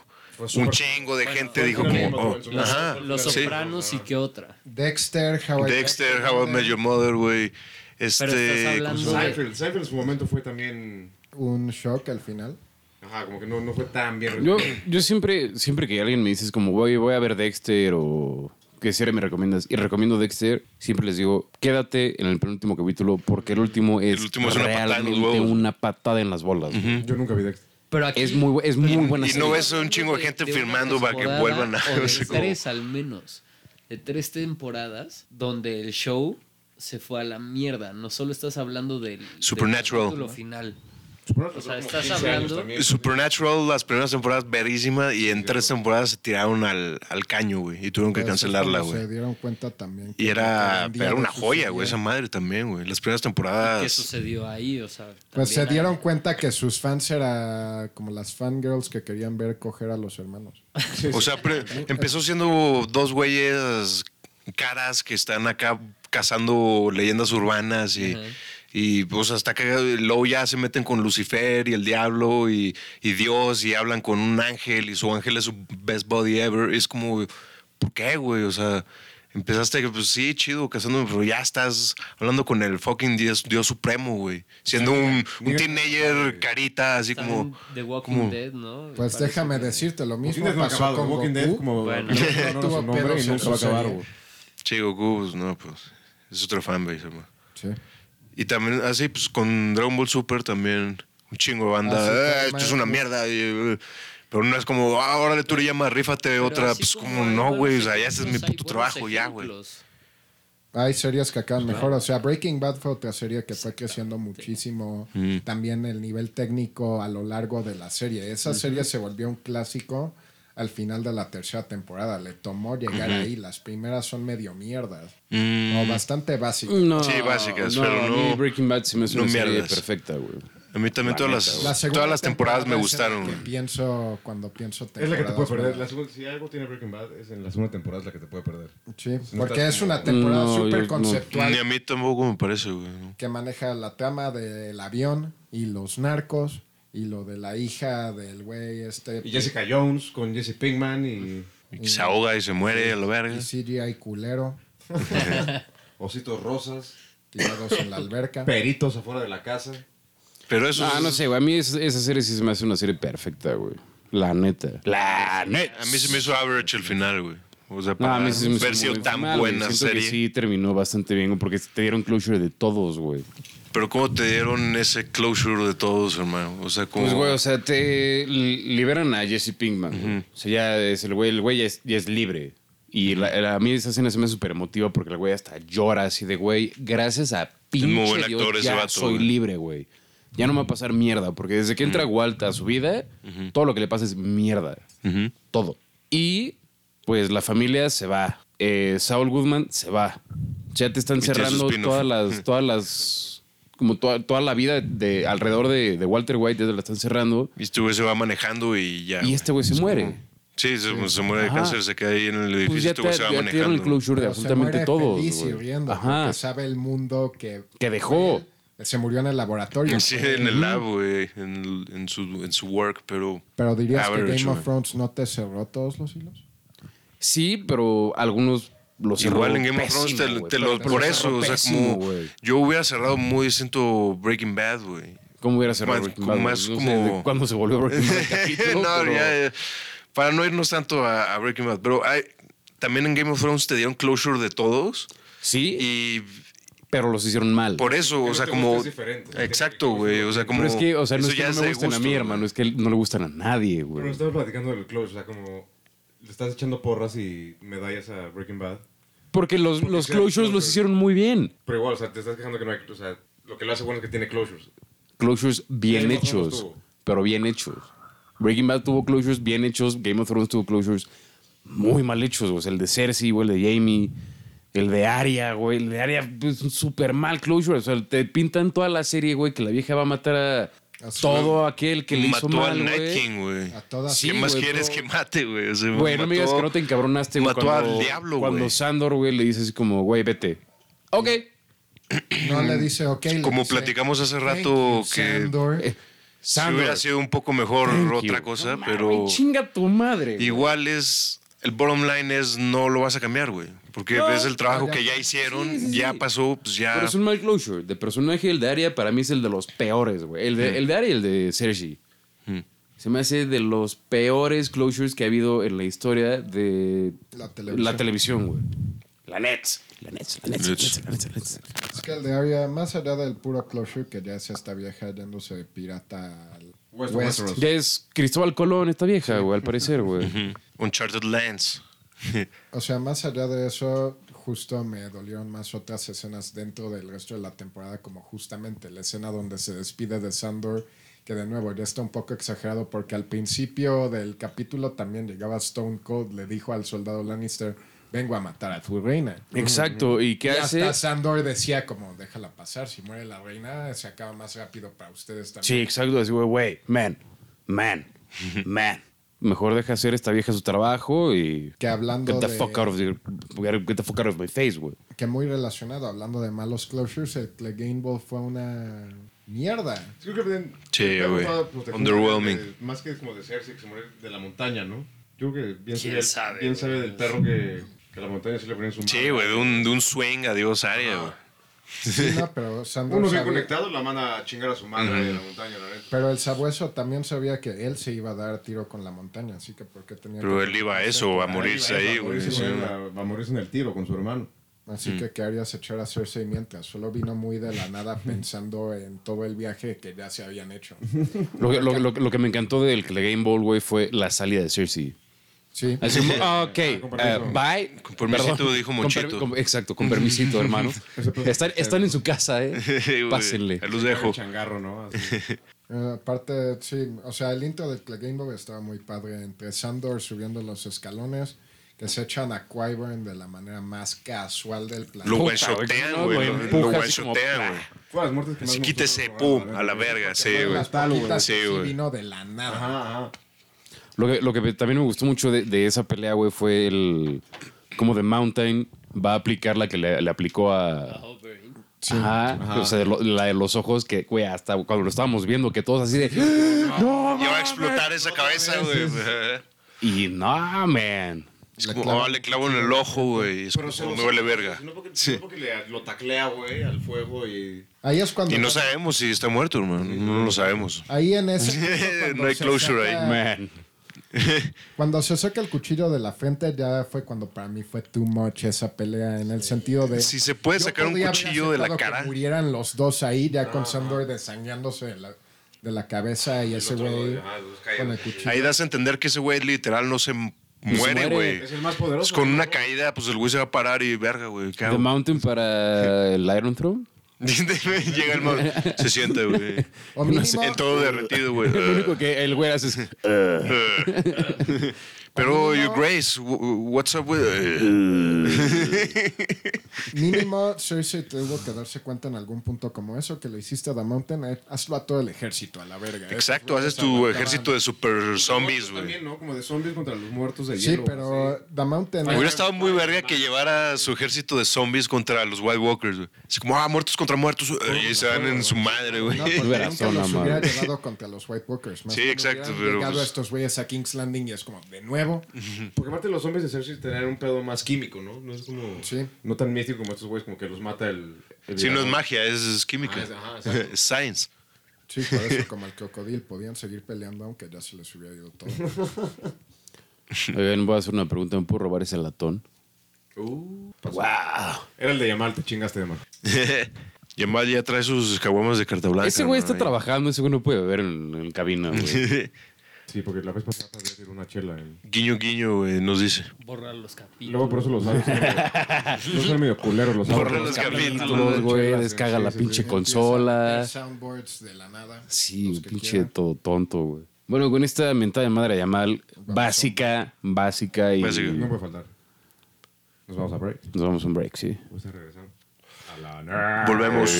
Speaker 4: un chingo de gente dijo como, oh,
Speaker 5: Los,
Speaker 4: ajá,
Speaker 5: Los
Speaker 4: sí.
Speaker 5: Sopranos y qué otra.
Speaker 3: Dexter, How I-
Speaker 4: Dexter, How I Met Your Mother, güey,
Speaker 5: estás
Speaker 4: este,
Speaker 5: hablando-
Speaker 4: ¿cómo se llama?
Speaker 6: Pues, Seinfeld, Seinfeld en su momento fue también.
Speaker 3: Un shock al final.
Speaker 6: Ajá, como que no, no fue tan bien.
Speaker 2: Yo, yo siempre, siempre que alguien me dice es como, voy, voy a ver Dexter o qué serie me recomiendas y recomiendo Dexter, siempre les digo, quédate en el penúltimo capítulo porque el último es,
Speaker 4: último es una patada en los
Speaker 2: realmente
Speaker 4: huevos.
Speaker 2: una patada en las bolas. güey.
Speaker 6: Yo nunca vi Dexter.
Speaker 5: Pero aquí,
Speaker 2: Es muy, bu- es muy buena
Speaker 4: y
Speaker 2: serie.
Speaker 4: no ves un chingo de gente
Speaker 5: una
Speaker 4: firmando para que
Speaker 5: temporada
Speaker 4: vuelvan a...
Speaker 5: o
Speaker 4: o
Speaker 5: de
Speaker 4: sea, como-
Speaker 5: tres al menos. De tres temporadas donde el show se fue a la mierda. No solo estás hablando del, del
Speaker 4: Supernatural.
Speaker 5: capítulo final. O sea, estás hablando-
Speaker 4: Supernatural, las primeras temporadas, verísima, y en tres temporadas se tiraron al, al caño, güey, y tuvieron que
Speaker 3: Eso es
Speaker 4: cancelarla,
Speaker 3: cuando
Speaker 4: güey.
Speaker 3: Se dieron cuenta también. que
Speaker 4: Y era,
Speaker 3: un día
Speaker 4: era
Speaker 3: de
Speaker 4: una
Speaker 3: su
Speaker 4: joya,
Speaker 3: serie.
Speaker 4: güey, esa madre también, güey. Las primeras
Speaker 5: ¿Qué
Speaker 4: temporadas...
Speaker 5: sucedió ahí? O sea,
Speaker 3: Pues se
Speaker 5: también
Speaker 3: dieron
Speaker 5: hay-
Speaker 3: cuenta que sus fans eran como las fangirls que querían ver coger a los hermanos.
Speaker 6: Ah,
Speaker 4: O sea, pre- empezó siendo dos güeyes caras que están acá cazando leyendas urbanas y,
Speaker 5: Ajá.
Speaker 4: y pues hasta que luego ya se meten con Lucifer y el diablo y, y Dios y hablan con un ángel y su ángel es su best body ever. Es como, ¿por qué, güey? O sea, empezaste que pues sí, chido, cazándome, pero ya estás hablando con el fucking Dios, Dios supremo, güey. Siendo un, un teenager carita, así
Speaker 5: Están
Speaker 4: como...
Speaker 5: en The Walking
Speaker 4: como-
Speaker 5: Dead, ¿no?
Speaker 3: Pues
Speaker 5: Parece
Speaker 3: déjame
Speaker 5: que-
Speaker 3: decirte, lo
Speaker 6: Walking
Speaker 3: mismo
Speaker 6: Dead no ha
Speaker 3: pasó
Speaker 6: acabado.
Speaker 3: con
Speaker 6: Walking
Speaker 3: Goku.
Speaker 6: Dead como.
Speaker 5: Bueno.
Speaker 6: no era
Speaker 3: Tuvo
Speaker 6: su nombre
Speaker 3: pedos
Speaker 6: y
Speaker 3: en
Speaker 6: nunca
Speaker 3: su
Speaker 6: va a acabar,
Speaker 3: serie.
Speaker 6: güey.
Speaker 4: Che, Goku, pues, no, pues es otro fanbase, hermano.
Speaker 3: Sí.
Speaker 4: Y también así, pues con Dragon Ball Super también, un chingo de banda.
Speaker 3: Ah, sí,
Speaker 4: "Eh,
Speaker 3: también
Speaker 4: esto es
Speaker 3: más-
Speaker 4: una mierda. y, eh, pero no es como, ah, órale, tú le llamas, rífate otra.
Speaker 5: así
Speaker 4: Pues como,
Speaker 5: hay
Speaker 4: no,
Speaker 5: buenos
Speaker 4: güey. O sea, ya este es mi
Speaker 5: ejemplos, hay
Speaker 4: puto trabajo,
Speaker 5: buenos
Speaker 4: ya, güey.
Speaker 5: ejemplos.
Speaker 3: Hay series que acaban mejor. O sea, Breaking Bad fue otra serie que fue creciendo muchísimo.
Speaker 4: Mm.
Speaker 3: También el nivel técnico a lo largo de la serie. Esa serie se volvió un clásico al final de la tercera temporada. Le tomó llegar ahí. Las primeras son medio mierdas.
Speaker 4: Mm,
Speaker 3: O bastante básicas.
Speaker 2: No,
Speaker 4: Sí, básicas,
Speaker 2: no,
Speaker 4: pero
Speaker 2: a mí
Speaker 4: no-
Speaker 2: Breaking Bad se me hace
Speaker 4: no
Speaker 2: una serie
Speaker 4: mierdas.
Speaker 2: perfecta, güey.
Speaker 4: A mí también todas las,
Speaker 3: La segunda
Speaker 4: todas las temporadas me
Speaker 3: temporada es en la
Speaker 4: gustaron.
Speaker 3: que pienso cuando pienso
Speaker 6: Es la que te puede
Speaker 3: temporadas
Speaker 6: perder. La
Speaker 3: nuevas.
Speaker 6: segunda- si algo tiene Breaking Bad, es en la segunda temporada es la que te puede perder.
Speaker 3: Sí,
Speaker 6: No
Speaker 3: porque
Speaker 6: estás
Speaker 3: es
Speaker 6: como-
Speaker 3: una temporada
Speaker 2: No, yo
Speaker 3: súper
Speaker 2: no.
Speaker 3: conceptual
Speaker 4: Ni a mí tampoco me parece, güey. ¿no?
Speaker 3: que maneja la trama del avión y los narcos y lo de la hija del güey este.
Speaker 6: Y Jessica Jones con Jesse Pinkman y.
Speaker 4: Y que se
Speaker 2: Mm.
Speaker 4: ahoga y se muere a la verga.
Speaker 3: Y CGI culero,
Speaker 1: Ositos rosas,
Speaker 3: tirados en la alberca.
Speaker 1: peritos afuera de la casa.
Speaker 4: Pero eso
Speaker 2: Ah,
Speaker 4: es-
Speaker 2: no sé, güey. A mí es- esa serie sí se me hace una serie perfecta, güey. La neta. La neta.
Speaker 4: a mí se me hizo average el final, güey. O sea,
Speaker 2: No,
Speaker 4: para
Speaker 2: a mí sí me hizo
Speaker 4: haber sido
Speaker 2: muy
Speaker 4: tan
Speaker 2: mal, güey.
Speaker 4: buena
Speaker 2: Siento que
Speaker 4: serie.
Speaker 2: sí terminó bastante bien, güey, porque te dieron closure de todos, güey.
Speaker 4: Pero ¿cómo te dieron ese closure de todos, hermano? O sea, como...
Speaker 2: Pues, güey, o sea, te li- liberan a Jesse Pinkman. güey. O sea, ya es el güey, el güey ya es, ya es libre. Y la- la- a mí esa escena se me hace súper emotiva porque el güey hasta llora así de, güey, gracias a pinche
Speaker 4: muy buen
Speaker 2: Dios,
Speaker 4: actor ese
Speaker 2: ya
Speaker 4: vato,
Speaker 2: soy
Speaker 4: güey.
Speaker 2: libre, güey. Ya no me va a pasar mierda, porque desde que entra Walt a su vida, todo lo que le pasa es mierda.
Speaker 4: Ujú.
Speaker 2: Todo. Y, pues, la familia se va. Eh, Saul Goodman se va. O sea, te están
Speaker 4: tiene su
Speaker 2: cerrando
Speaker 4: spin-off.
Speaker 2: todas las, todas las, como toda, toda la vida de alrededor de, de Walter White, ya te la están cerrando.
Speaker 4: Y este güey se va manejando y ya.
Speaker 2: Y este güey se
Speaker 4: Es
Speaker 2: muere.
Speaker 4: como- Sí, se, se muere de
Speaker 2: Ajá.
Speaker 4: cáncer, se queda ahí en el edificio.
Speaker 2: Pues ya
Speaker 4: este
Speaker 2: te,
Speaker 4: güey se va
Speaker 2: ya te dieron el
Speaker 4: manejando.
Speaker 2: closure de
Speaker 3: Pero se
Speaker 2: absolutamente
Speaker 3: muere
Speaker 2: todos.
Speaker 3: Feliz y
Speaker 2: güey.
Speaker 3: riendo,
Speaker 2: Ajá.
Speaker 3: porque sabe el mundo que
Speaker 2: Que dejó.
Speaker 3: se murió en el laboratorio.
Speaker 4: Sí, en el lab, güey. En, el- en su, en su work, pero.
Speaker 3: Pero dirías que
Speaker 4: Average,
Speaker 3: Game
Speaker 4: güey.
Speaker 3: of Thrones no te cerró todos los hilos.
Speaker 2: Sí, pero algunos los
Speaker 4: Igual en Game of Thrones te, te lo. Por eso, o sea, como. Yo hubiera cerrado muy distinto Breaking Bad, güey.
Speaker 2: ¿Cómo hubiera cerrado
Speaker 4: Más-
Speaker 2: Breaking Bad?
Speaker 4: más
Speaker 2: No sé de
Speaker 4: como-
Speaker 2: ¿Cuándo se volvió Breaking Bad? el capítulo,
Speaker 4: no,
Speaker 2: pero-
Speaker 4: ya, ya. Para no irnos tanto a, a Breaking Bad, pero hay- también en Game of Thrones te dieron closure de todos
Speaker 2: Sí,
Speaker 4: y
Speaker 2: pero los hicieron mal.
Speaker 4: por eso,
Speaker 1: Que
Speaker 4: o
Speaker 1: no
Speaker 4: sea,
Speaker 1: te
Speaker 4: como.
Speaker 1: gusta es diferente.
Speaker 4: Exacto, güey. O sea, como.
Speaker 2: pero es que, o sea, no
Speaker 4: eso
Speaker 2: es que
Speaker 4: ya
Speaker 2: no me
Speaker 4: de
Speaker 2: gustan a
Speaker 4: gusto,
Speaker 2: mí,
Speaker 4: güey.
Speaker 2: hermano. Es que no le gustan a nadie,
Speaker 1: Pero
Speaker 2: güey.
Speaker 1: estaba platicando del close, o sea, como le estás echando porras y medallas a Breaking Bad.
Speaker 2: Porque los,
Speaker 1: Porque
Speaker 2: los
Speaker 1: hicieron
Speaker 2: closures los
Speaker 1: closure.
Speaker 2: hicieron muy bien.
Speaker 1: Pero igual, o sea, te estás quejando que no hay, o sea, lo que lo hace bueno es que tiene closures.
Speaker 2: Closures bien
Speaker 1: Game of Thrones
Speaker 2: hechos,
Speaker 1: tuvo.
Speaker 2: pero bien hechos. Breaking Bad tuvo closures bien hechos, Game of Thrones tuvo closures muy mal hechos, güey. O sea, el de Cersei, güey, el de Jamie, el de Arya, güey, el de Arya es un súper mal closure. O sea, te pintan toda la serie, güey, que la vieja va a matar a,
Speaker 3: A su-
Speaker 2: todo aquel que le hizo
Speaker 4: mató
Speaker 2: mal,
Speaker 4: al Night
Speaker 2: güey.
Speaker 4: King, güey.
Speaker 3: A todas.
Speaker 2: Sí,
Speaker 4: ¿Qué más
Speaker 2: güey,
Speaker 4: quieres
Speaker 2: pero-
Speaker 4: que mate, güey? O sea,
Speaker 2: Güey, no me digas
Speaker 4: mató-
Speaker 2: que no te encabronaste, güey.
Speaker 4: Mató
Speaker 2: cuando-
Speaker 4: al diablo,
Speaker 2: Cuando
Speaker 4: güey.
Speaker 2: Sandor, güey, le dice así como, güey, vete. Ok.
Speaker 3: No le dice, ok. le
Speaker 4: Como
Speaker 3: dice,
Speaker 4: platicamos hace
Speaker 3: "Thank
Speaker 4: rato
Speaker 3: you,
Speaker 4: que-
Speaker 3: Sandor".
Speaker 2: Eh,
Speaker 4: Si hubiera
Speaker 2: Sandor.
Speaker 4: sido un poco mejor
Speaker 2: thank
Speaker 4: otra
Speaker 2: you.
Speaker 4: cosa,
Speaker 2: No mames,
Speaker 4: pero.
Speaker 2: Chinga tu madre. güey.
Speaker 4: Igual es. El bottom line es no lo vas a cambiar, güey. Porque
Speaker 2: No.
Speaker 4: es el trabajo
Speaker 3: Ah, ya
Speaker 4: que ya
Speaker 3: pasó.
Speaker 4: hicieron,
Speaker 2: Sí, sí,
Speaker 4: ya
Speaker 2: sí.
Speaker 4: pasó, pues ya.
Speaker 2: Pero es un mal closure. De personaje, el de Aria, para mí es el de los peores, güey. El de,
Speaker 4: Hmm.
Speaker 2: el de Aria y el de Cersei. Se me hace de los peores closures que ha habido en la historia de
Speaker 3: La televisión.
Speaker 2: la televisión, güey. La Nets. La Nets, la Nets, la
Speaker 4: Nets.
Speaker 2: Nets, la Nets, la Nets.
Speaker 3: Es que el de Arya, más allá del puro closure, que ya es esta vieja yéndose de pirata al
Speaker 1: West-
Speaker 3: West.
Speaker 1: Westeros.
Speaker 2: Ya es Cristóbal Colón, esta vieja, güey, al parecer, güey.
Speaker 4: Uncharted Lands.
Speaker 3: O sea, más allá de eso, justo me dolieron más otras escenas dentro del resto de la temporada, como justamente la escena donde se despide de Sandor, que de nuevo ya está un poco exagerado porque al principio del capítulo también llegaba Stone Cold, le dijo al soldado Lannister, vengo a matar a tu reina.
Speaker 2: Exacto. ¿Y qué
Speaker 3: Y
Speaker 2: hace?
Speaker 3: hasta Sandor decía como, déjala pasar, si muere la reina se acaba más rápido para ustedes
Speaker 2: Sí,
Speaker 3: también.
Speaker 2: exacto. Así, güey, güey, man, man, man. Mejor deja hacer esta vieja su trabajo y.
Speaker 3: Que hablando
Speaker 2: Get the
Speaker 3: de-
Speaker 2: fuck out of your- Get the fuck out of my face, güey.
Speaker 3: Que muy relacionado, hablando de malos closures, el Clegane Ball fue una mierda.
Speaker 1: Sí, creo que bien-
Speaker 4: Sí,
Speaker 1: creo que
Speaker 4: güey.
Speaker 1: estaba protegido
Speaker 4: Underwhelming.
Speaker 1: de- Más que como de Cersei, que se muere de la montaña, ¿no? Yo creo que bien sabe,
Speaker 5: ¿Quién sabe,
Speaker 1: bien
Speaker 5: güey?
Speaker 1: sabe del perro que, que la montaña sí le ponía en su mano.
Speaker 4: Sí, güey, de un, de un swing, adiós, área, güey.
Speaker 3: Sí, no, pero Sandor
Speaker 1: Uno bien
Speaker 3: sabía-
Speaker 1: conectado la manda a chingar a su madre de la montaña, la neta.
Speaker 3: Pero el sabueso también sabía que él se iba a dar tiro con la montaña, así que ¿por qué tenía
Speaker 4: Pero
Speaker 3: que-
Speaker 4: él iba a eso, a morirse Pues ahí, güey.
Speaker 1: Sí,
Speaker 4: sí.
Speaker 1: güey, Va va a morirse en el tiro con su hermano.
Speaker 3: Así que que harías echar a Cersei mientras solo vino muy de la nada pensando en todo el viaje que ya se habían hecho.
Speaker 2: Lo, que- lo- lo- lo que me encantó del Game Ball, güey, fue la salida de Cersei.
Speaker 3: Sí.
Speaker 2: Así, ok, eh, bye.
Speaker 4: Ah, Con permisito, dijo
Speaker 2: con
Speaker 4: Monchito.
Speaker 2: permi- con- exacto, con permisito, hermano. Están, están en su casa, eh.
Speaker 4: Güey,
Speaker 2: Pásenle.
Speaker 4: ahí Los dejo.
Speaker 1: El changarro, ¿no? Así.
Speaker 3: Eh, aparte, sí, o sea, el intro del Clegane estaba muy padre entre Sandor subiendo los escalones que se echan a Qyburn de la manera más casual del
Speaker 4: Lo
Speaker 3: planeta.
Speaker 2: Puta,
Speaker 4: guanchotean,
Speaker 2: güey,
Speaker 4: güey.
Speaker 2: lo
Speaker 4: Lo lo
Speaker 2: empuja así como,
Speaker 4: guanchotean,
Speaker 2: plah.
Speaker 4: güey.
Speaker 1: Fue las muertes que más
Speaker 4: Así
Speaker 1: me
Speaker 4: quítese,
Speaker 1: gustó del
Speaker 4: pum,
Speaker 1: programa,
Speaker 4: a la
Speaker 1: güey.
Speaker 4: verga, sí, güey.
Speaker 3: Las paquitas
Speaker 4: Sí,
Speaker 3: que sí
Speaker 4: güey.
Speaker 3: vino de la nada.
Speaker 1: Ajá, ajá.
Speaker 2: Lo que, lo que también me gustó mucho de, de esa pelea, güey, fue el. Como The Mountain va a aplicar la que le, le aplicó a. Ajá, O sea, de lo- la de los ojos que, güey, hasta cuando lo estábamos viendo, que todos así de. ¡No!
Speaker 4: Y ahora explotar esa cabeza, güey.
Speaker 2: Y no, man.
Speaker 4: Es como, ah, le clavo en el ojo, güey. Es como, Pues me huele verga.
Speaker 1: No porque,
Speaker 4: Sí.
Speaker 1: no porque le- lo taclea, güey, al fuego y...
Speaker 3: Ahí es cuando.
Speaker 4: Y no sabemos si está muerto, hermano. No lo sabemos.
Speaker 3: Ahí en ese. punto, cuando
Speaker 4: No hay
Speaker 3: se
Speaker 4: closure
Speaker 3: saca-
Speaker 7: Man.
Speaker 3: Cuando se saca el cuchillo de la frente, ya fue cuando para mí fue too much esa pelea. En el sentido de.
Speaker 4: Si se puede
Speaker 3: yo
Speaker 4: sacar un
Speaker 3: podía haber
Speaker 4: cuchillo de la
Speaker 3: aceptado que
Speaker 4: cara.
Speaker 3: murieran los dos ahí, ya con Sandor desangrándose de la, de la cabeza y ese
Speaker 1: otro,
Speaker 3: güey
Speaker 1: ajá, los
Speaker 3: con el
Speaker 1: caídos.
Speaker 3: cuchillo.
Speaker 4: Ahí das a entender que ese güey literal no se m- muere, güey.
Speaker 1: Es el más poderoso.
Speaker 4: Pues con una caída, pues el güey se va a parar y verga, güey. ¿qué hago?
Speaker 7: The Mountain para el Iron Throne.
Speaker 4: Llega el man, se siente, güey.
Speaker 3: O mínimo,
Speaker 4: En todo derretido, güey.
Speaker 7: Lo único que el güey hace es.
Speaker 4: Pero, you Grace, wh- what's up with... eh,
Speaker 3: mínimo Cersei tuvo que darse cuenta en algún punto como eso que le hiciste a The Mountain. eh, Hazlo a todo el ejército, a la verga. eh, pues,
Speaker 4: Exacto, haces
Speaker 3: Estos güeyes
Speaker 4: tu
Speaker 3: aguantaban.
Speaker 4: ejército de super zombies, güey.
Speaker 1: También, ¿no? Como de zombies contra los muertos de
Speaker 3: Sí,
Speaker 1: hielo.
Speaker 3: pero The Mountain.
Speaker 4: Hubiera estado muy verga que llevara su ejército de zombies contra los White Walkers, güey. Así como, ah, muertos contra muertos, eh, y se dan en su madre, güey.
Speaker 3: No, porque
Speaker 1: pues,
Speaker 7: Hubiera
Speaker 3: nunca
Speaker 7: sido
Speaker 3: los
Speaker 7: la
Speaker 3: hubiera
Speaker 7: madre.
Speaker 3: llevado contra los White Walkers. Más
Speaker 4: Sí,
Speaker 3: bien
Speaker 4: exacto,
Speaker 3: hubieran
Speaker 4: pero,
Speaker 3: Llegado
Speaker 4: pues-
Speaker 3: a estos güeyes a King's Landing y es como, de nuevo.
Speaker 1: Porque aparte los zombies de Cersei tenían un pedo más químico, ¿no? No es como...
Speaker 3: Sí.
Speaker 1: No tan místico como estos güeyes, como que los mata el... el
Speaker 4: Sí, no es
Speaker 1: villano.
Speaker 4: magia, es, es química.
Speaker 1: Ah, es- ajá, exacto.
Speaker 4: Es science.
Speaker 3: Sí, por eso, como el crocodil, podían seguir peleando aunque ya se les hubiera ido todo.
Speaker 7: Oigan, voy a hacer una pregunta. ¿Me puedo robar ese latón?
Speaker 1: Uh, pasó. Era el de Yamal, te chingaste de mal.
Speaker 4: Yamal ya trae sus caguamas de carta blanca.
Speaker 7: Ese güey está
Speaker 4: hermano,
Speaker 7: trabajando, ese güey no puede beber en, en cabina, güey.
Speaker 4: ahí.
Speaker 1: Sí, porque la vez pasada te había tirado una chela. en-
Speaker 4: Guiño, guiño, güey, nos dice.
Speaker 5: Borrar los capítulos.
Speaker 1: Luego por eso los labios son medio- no son medio culeros los
Speaker 4: Borra
Speaker 1: labios.
Speaker 4: los capítulos,
Speaker 7: Todos, güey, descaga la
Speaker 1: Sí, sí,
Speaker 7: pinche
Speaker 1: sí.
Speaker 7: consola.
Speaker 3: Hay soundboards de la nada.
Speaker 7: Sí,
Speaker 3: los que
Speaker 7: pinche
Speaker 3: quieran.
Speaker 7: todo tonto, güey. Bueno, con esta mentada de madre Yamal, básica, básica y
Speaker 4: Básica.
Speaker 1: No puede faltar. Nos vamos a break.
Speaker 7: nos vamos a un break, sí.
Speaker 1: Pues regresamos. A la nerd.
Speaker 4: Volvemos.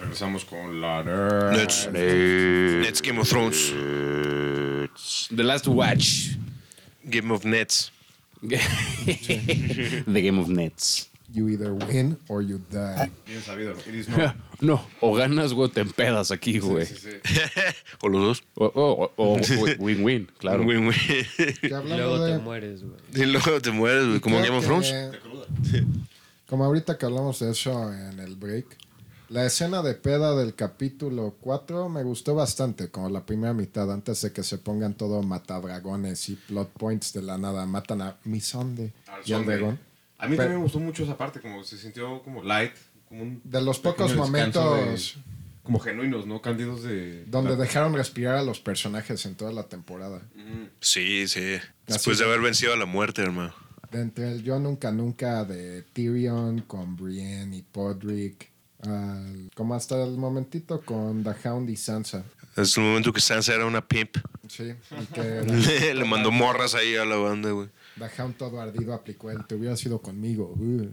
Speaker 1: Regresamos con la nerd.
Speaker 4: Let's, Let's Game of Thrones.
Speaker 7: The Last Watch.
Speaker 4: Game of Nets.
Speaker 7: The Game of Nets.
Speaker 3: You either win or you die.
Speaker 1: Bien sabido. It is not.
Speaker 7: No, o ganas, güey, o te empedas aquí, güey.
Speaker 4: o los dos.
Speaker 7: O- o- o- o win-win, claro.
Speaker 4: Win, win.
Speaker 3: Ya
Speaker 5: Y
Speaker 3: hablando
Speaker 5: luego
Speaker 3: de-
Speaker 5: te mueres, güey.
Speaker 4: y luego te mueres, güey, como en
Speaker 3: creo
Speaker 4: Game of
Speaker 3: que-
Speaker 4: Thrones.
Speaker 3: Como ahorita que hablamos de eso en el break. La escena de peda del capítulo 4 me gustó bastante, como la primera mitad, antes de que se pongan todo matadragones y plot points de la nada. Matan a Missonde
Speaker 1: Al
Speaker 3: y al
Speaker 1: zombie.
Speaker 3: dragón.
Speaker 1: A mí
Speaker 3: Pero-
Speaker 1: también me gustó mucho esa parte, como se sintió como light. Como un
Speaker 3: De los
Speaker 1: pequeño
Speaker 3: pocos
Speaker 1: descanso
Speaker 3: momentos
Speaker 1: de- como genuinos, ¿no? Cándidos de.
Speaker 3: donde
Speaker 1: la-
Speaker 3: dejaron respirar a los personajes en toda la temporada.
Speaker 4: Sí, sí. Después de haber vencido a la muerte, hermano.
Speaker 3: De entre el Yo Nunca Nunca de Tyrion con Brienne y Podrick. al- como hasta el momentito con The Hound y Sansa.
Speaker 4: Es el momento que Sansa era una pimp.
Speaker 3: Sí, y que The,
Speaker 4: Le mandó morras ahí a la banda, güey.
Speaker 3: The Hound todo ardido aplicó el te hubieras ido conmigo. uh,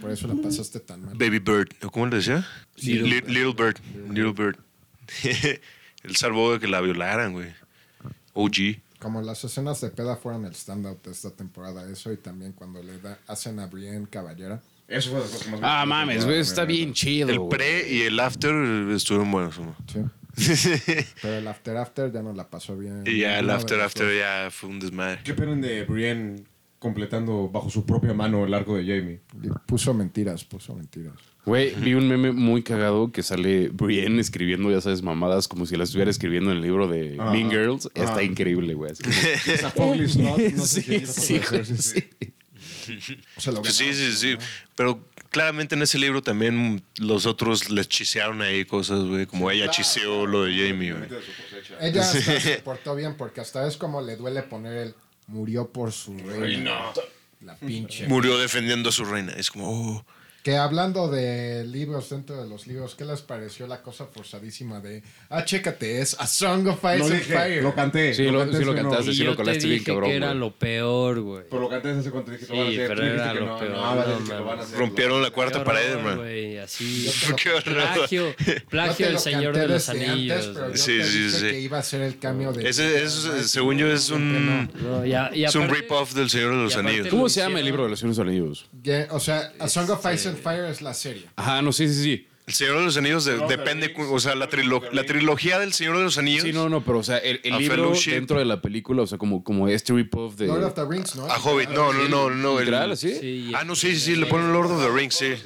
Speaker 3: por eso la pasaste tan mal.
Speaker 4: Baby Bird. ¿o ¿Cómo le decía? Li- Little, Bird. Little Bird. Él salvó de que la violaran, güey. OG.
Speaker 3: Como las escenas de peda fueron el standout de esta temporada, eso y también cuando le da- hacen a Brienne caballera.
Speaker 1: Eso fue de las cosas más.
Speaker 7: Ah, mames, güey, está bien chido.
Speaker 4: El
Speaker 7: güey.
Speaker 4: pre y el after estuvieron buenos, hermano.
Speaker 3: Sí. Pero el after after ya no la pasó bien.
Speaker 4: Y ya el
Speaker 3: Ninguno de
Speaker 4: after
Speaker 3: los
Speaker 4: after ya fue un desmadre.
Speaker 1: ¿Qué opinan de Brienne completando bajo su propia mano el arco de Jamie?
Speaker 3: dos. Puso mentiras, puso mentiras.
Speaker 7: Güey, vi un meme muy cagado que sale Brienne escribiendo, ya sabes, mamadas, como si las estuviera escribiendo en el libro de Mean Girls. Está increíble, güey. así como-
Speaker 1: Esa Foley Slot, no sé qué
Speaker 7: Sí,
Speaker 1: es
Speaker 7: sí,
Speaker 1: la foto de
Speaker 7: güey,
Speaker 1: Cersei, sí.
Speaker 7: sí.
Speaker 3: Se lo
Speaker 4: Pues sí,
Speaker 3: ganó.
Speaker 4: sí, sí. Pero claramente en ese libro también los otros les chisearon ahí cosas, güey. Como ella chiseó lo de Jamie, güey.
Speaker 1: De su cosecha.
Speaker 3: Ella hasta se portó bien porque hasta es como le duele poner el murió por su reina. La pinche.
Speaker 4: Murió defendiendo a su reina. Es como, oh.
Speaker 3: Que hablando de libros dentro de los libros, ¿qué les pareció la cosa forzadísima de ah, chécate, es A Song of Ice
Speaker 1: Lo
Speaker 3: and
Speaker 1: dije,
Speaker 3: Fire?
Speaker 1: lo canté.
Speaker 7: Sí, lo-
Speaker 1: canté
Speaker 7: sí lo
Speaker 1: hace-
Speaker 7: cantaste.
Speaker 1: no,
Speaker 7: Entonces,
Speaker 5: Y
Speaker 7: sí lo
Speaker 5: yo te
Speaker 7: colaste
Speaker 5: dije
Speaker 7: bien, cabrón,
Speaker 5: que era
Speaker 7: güey.
Speaker 5: lo peor, güey.
Speaker 1: Pero lo canté hace cuánto dije que lo
Speaker 5: Sí,
Speaker 1: van a hacer.
Speaker 5: pero
Speaker 1: tú dijiste
Speaker 5: era
Speaker 1: que
Speaker 5: lo
Speaker 1: no,
Speaker 5: peor,
Speaker 1: No, ahora
Speaker 5: no,
Speaker 1: dijiste que lo
Speaker 5: mames.
Speaker 1: van a hacer.
Speaker 4: Rompieron la cuarta
Speaker 5: Qué
Speaker 4: pared,
Speaker 5: horror,
Speaker 4: hermano.
Speaker 5: güey, así.
Speaker 4: Qué horror.
Speaker 5: Plagio,
Speaker 3: Yo te
Speaker 5: plagio
Speaker 3: lo
Speaker 5: del Señor
Speaker 3: canté
Speaker 5: de los
Speaker 3: desde
Speaker 5: Anillos.
Speaker 3: antes, pero yo
Speaker 5: güey.
Speaker 4: Sí,
Speaker 3: te
Speaker 4: sí,
Speaker 3: dije
Speaker 4: sí.
Speaker 3: que iba a ser el cambio de.
Speaker 4: Ese, ese, según yo, es un,
Speaker 5: No, y a- y
Speaker 4: es un
Speaker 5: aparte-
Speaker 4: rip-off del Señor de
Speaker 5: y
Speaker 4: los
Speaker 5: aparte
Speaker 4: Anillos.
Speaker 5: lo
Speaker 7: ¿Cómo se llama el
Speaker 5: hicieron-
Speaker 7: libro de los Señores Anillos?
Speaker 3: Ya, o sea, A Song of Ice and Fire es la serie.
Speaker 2: Ajá, no, sí, sí, sí.
Speaker 4: El Señor de los Anillos de- depende, cu- o sea, la, trilo- la trilogía del Señor de los Anillos.
Speaker 2: Sí, no, no, pero o sea, el, el
Speaker 4: A
Speaker 2: libro
Speaker 4: Fellowship.
Speaker 2: dentro de la película, o sea, como, como este rip-off de...
Speaker 3: Lord of the Rings, ¿no?
Speaker 4: A Hobbit, no, no, no, no. el-
Speaker 2: Literal, así.
Speaker 5: Sí,
Speaker 4: ah, no, sí, sí, sí, le ponen Lord of the Rings, sí.
Speaker 2: De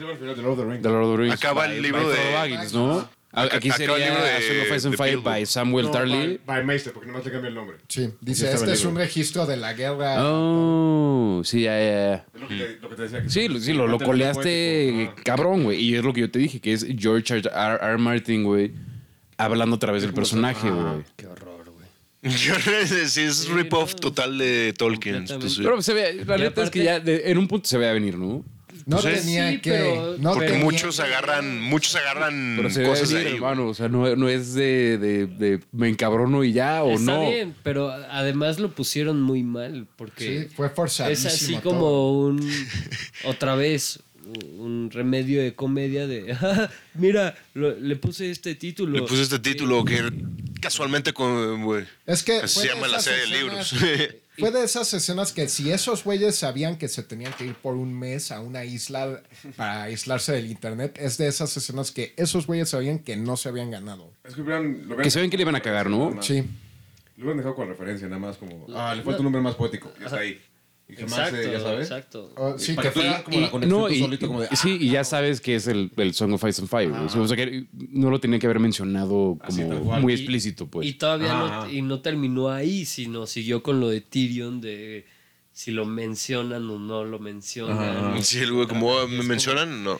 Speaker 2: Lord of the Rings.
Speaker 4: Acaba el
Speaker 2: By-
Speaker 4: libro
Speaker 2: by
Speaker 4: de-
Speaker 2: Frodo Baggins, ¿no? A- Aquí
Speaker 4: Acaba el
Speaker 2: sería
Speaker 4: libro de-
Speaker 2: Song of Ice and
Speaker 4: de
Speaker 2: Fire
Speaker 4: Bilbo.
Speaker 2: by Samuel Tarly.
Speaker 1: By, by Meister, porque nomás le cambia el nombre.
Speaker 3: Sí, dice,
Speaker 1: está
Speaker 3: este es
Speaker 1: valido.
Speaker 3: un registro de la guerra.
Speaker 2: Oh, sí, ya, ya, ya.
Speaker 1: Es lo que, te, lo que te decía. Que
Speaker 2: Sí, lo- sí, lo, lo
Speaker 1: Bastante
Speaker 2: coleaste
Speaker 1: poético,
Speaker 2: cabrón, güey. Y es lo que yo te dije, que es George R. R. R. Martin, güey, hablando otra vez del personaje, güey.
Speaker 5: Qué horror, güey.
Speaker 4: Yo no sé, sí, es rip-off total de Tolkien.
Speaker 5: Completamente.
Speaker 4: entonces,
Speaker 2: Pero se ve, la
Speaker 5: Y
Speaker 2: neta es que ya
Speaker 5: aparte-
Speaker 2: de- en un punto se ve a venir, ¿no?
Speaker 3: No
Speaker 4: Pues es-
Speaker 3: tenía
Speaker 5: sí,
Speaker 3: que...
Speaker 5: pero-
Speaker 3: no
Speaker 4: porque
Speaker 3: tenía-
Speaker 4: muchos agarran, muchos agarran
Speaker 1: Mm,
Speaker 2: Pero se ve a
Speaker 4: cosas de
Speaker 2: venir,
Speaker 4: ahí. güey.
Speaker 2: hermano. O sea, no, no es de, de, de me encabrono y ya, o
Speaker 5: Está
Speaker 2: no.
Speaker 5: bien, pero además lo pusieron muy mal porque...
Speaker 3: Sí, fue forzadísimo.
Speaker 5: Es así
Speaker 3: todo.
Speaker 5: como un. Otra vez, un remedio de comedia de. "Ah, mira, lo- le puse este título.
Speaker 4: Le puse este título que casualmente con, güey,
Speaker 3: Es que...
Speaker 4: así
Speaker 3: fue
Speaker 4: se
Speaker 3: de
Speaker 4: llama la
Speaker 3: esas
Speaker 4: serie de
Speaker 3: escenas-
Speaker 4: libros.
Speaker 3: Fue de esas escenas que si esos güeyes sabían que se tenían que ir por un mes a una isla para aislarse del internet, es de esas escenas que esos güeyes sabían que no se habían ganado.
Speaker 1: Es que hubieran, lo hubieran,
Speaker 2: Que se ven que le iban a cagar, ¿no?
Speaker 3: Sí.
Speaker 1: lo hubieran dejado con referencia, nada más como. Ah, le falta un nombre más poético. Ya está ahí. Y que más,
Speaker 5: Exacto,
Speaker 1: eh, ya sabes.
Speaker 5: exacto.
Speaker 3: O- sí,
Speaker 1: Para que
Speaker 3: que
Speaker 1: tú
Speaker 3: fuera-
Speaker 1: hagas como la conexión
Speaker 2: No,
Speaker 1: tú
Speaker 2: y,
Speaker 1: solito, como de. "Ah,
Speaker 2: y- sí, y ya sabes que es el, el Song of Ice and Fire. güey. O sea, que no lo tenía que haber mencionado
Speaker 1: Así, tal
Speaker 2: como
Speaker 1: cual.
Speaker 2: muy
Speaker 5: Y-
Speaker 2: explícito, pues.
Speaker 5: Y todavía
Speaker 1: Ah.
Speaker 5: no, y no terminó ahí, sino siguió con lo de Tyrion de si lo mencionan o no lo mencionan.
Speaker 4: Sí, el güey, como "Ah, me mencionan, no.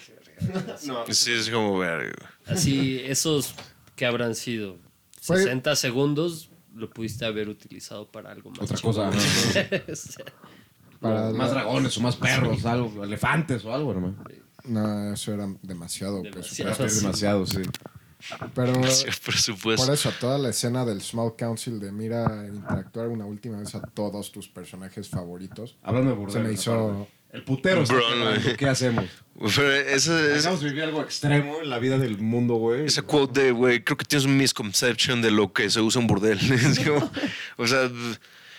Speaker 4: Sí, es como, verga, güey.
Speaker 5: Así, esos que habrán sido
Speaker 3: Fue-
Speaker 5: 60 segundos, lo pudiste haber utilizado para algo más.
Speaker 1: "Ah, Otra cosa.
Speaker 5: cosa.
Speaker 3: Para
Speaker 1: Más dragones o más perros, algo, elefantes o algo, hermano.
Speaker 3: No, eso era demasiado. pues,
Speaker 5: Demasiado.
Speaker 1: Es demasiado, sí.
Speaker 3: pero
Speaker 4: Sí, por
Speaker 3: por
Speaker 4: supuesto.
Speaker 3: eso, toda la escena del Small Council de mira interactuar una última vez a todos tus personajes favoritos.
Speaker 1: Hablando de
Speaker 3: Se
Speaker 1: burdel.
Speaker 3: me hizo...
Speaker 1: El putero está
Speaker 4: Bro,
Speaker 1: quebrando,
Speaker 4: güey.
Speaker 1: ¿Qué hacemos?
Speaker 4: Pero esa, esa,
Speaker 1: Necesitamos vivir algo extremo en la vida del mundo, güey.
Speaker 4: esa quote de, güey, creo que tienes un misconception de lo que se usa en burdel. Es como, o sea,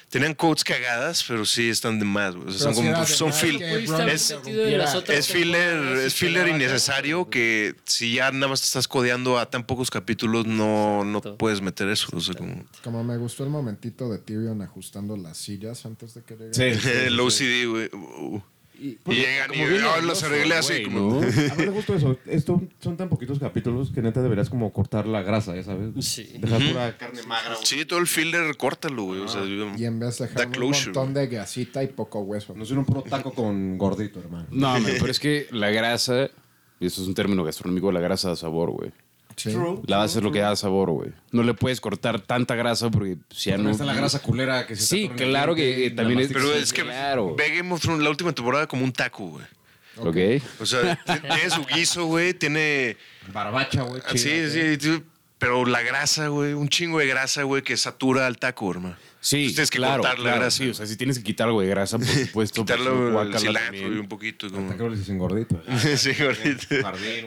Speaker 4: tenían quotes cagadas, pero sí están de más, güey. O sea,
Speaker 3: Pero
Speaker 4: son
Speaker 3: sí era
Speaker 4: como,
Speaker 3: de
Speaker 4: son
Speaker 3: más
Speaker 4: fil.
Speaker 3: que
Speaker 5: Pudiste
Speaker 3: Bron
Speaker 5: haber
Speaker 4: es-
Speaker 5: metido en las
Speaker 3: es
Speaker 5: otras
Speaker 4: Es filler,
Speaker 5: temporadas y
Speaker 4: es filler
Speaker 5: quedaba-
Speaker 4: innecesario que si ya nada más te estás codeando a tan pocos capítulos, no, no puedes meter eso. O sea, como,
Speaker 3: Como me gustó el momentito de Tyrion ajustando las sillas antes de que llegara.
Speaker 4: el OCD, güey. Uh,
Speaker 5: Y-
Speaker 4: y llegan y "Ah, los arreglé así. como,
Speaker 1: A mí me gusta eso. Esto son tan poquitos capítulos que neta deberías como cortar la grasa, ya sabes.
Speaker 5: Sí.
Speaker 1: Dejar pura carne magra. güey.
Speaker 4: Sí, todo el filler, córtalo, güey. O sea,
Speaker 3: Y en vez de dejar
Speaker 4: Da
Speaker 3: un
Speaker 4: closure,
Speaker 3: montón de grasita y poco hueso.
Speaker 1: Nos dieron un puro taco con gordito, hermano.
Speaker 2: No, man, pero es que la grasa, y eso es un término gastronómico, la grasa da sabor, güey.
Speaker 3: Sí.
Speaker 2: La base es lo que da sabor, güey. No le puedes cortar tanta grasa porque si ya
Speaker 1: También
Speaker 2: no...
Speaker 1: está la grasa culera que se
Speaker 2: Sí,
Speaker 1: te atora en el
Speaker 2: claro
Speaker 1: diente,
Speaker 2: que, eh,
Speaker 1: la
Speaker 2: también es-
Speaker 1: mastica.
Speaker 4: Pero
Speaker 2: Sí,
Speaker 4: es que
Speaker 2: claro.
Speaker 4: ve Game of Thrones la última temporada como un taco, güey.
Speaker 2: Ok.
Speaker 4: O sea, t- tiene su guiso, güey, tiene...
Speaker 1: Barbacha, güey.
Speaker 4: Sí, Ah, sí, sí, pero la grasa, güey, un chingo de grasa, güey, que satura al taco, hermano.
Speaker 2: Sí,
Speaker 4: Entonces tienes que
Speaker 2: claro,
Speaker 4: cortar la
Speaker 2: claro,
Speaker 4: grasa.
Speaker 2: sí, o sea, si tienes que quitar algo de grasa, por supuesto. pues,
Speaker 4: Quitarlo el
Speaker 2: guácala
Speaker 4: cilantro y
Speaker 2: también.
Speaker 4: un poquito. Como...
Speaker 1: Creo que les dicen gordito.
Speaker 4: Sí, ahorita.
Speaker 1: Jardín,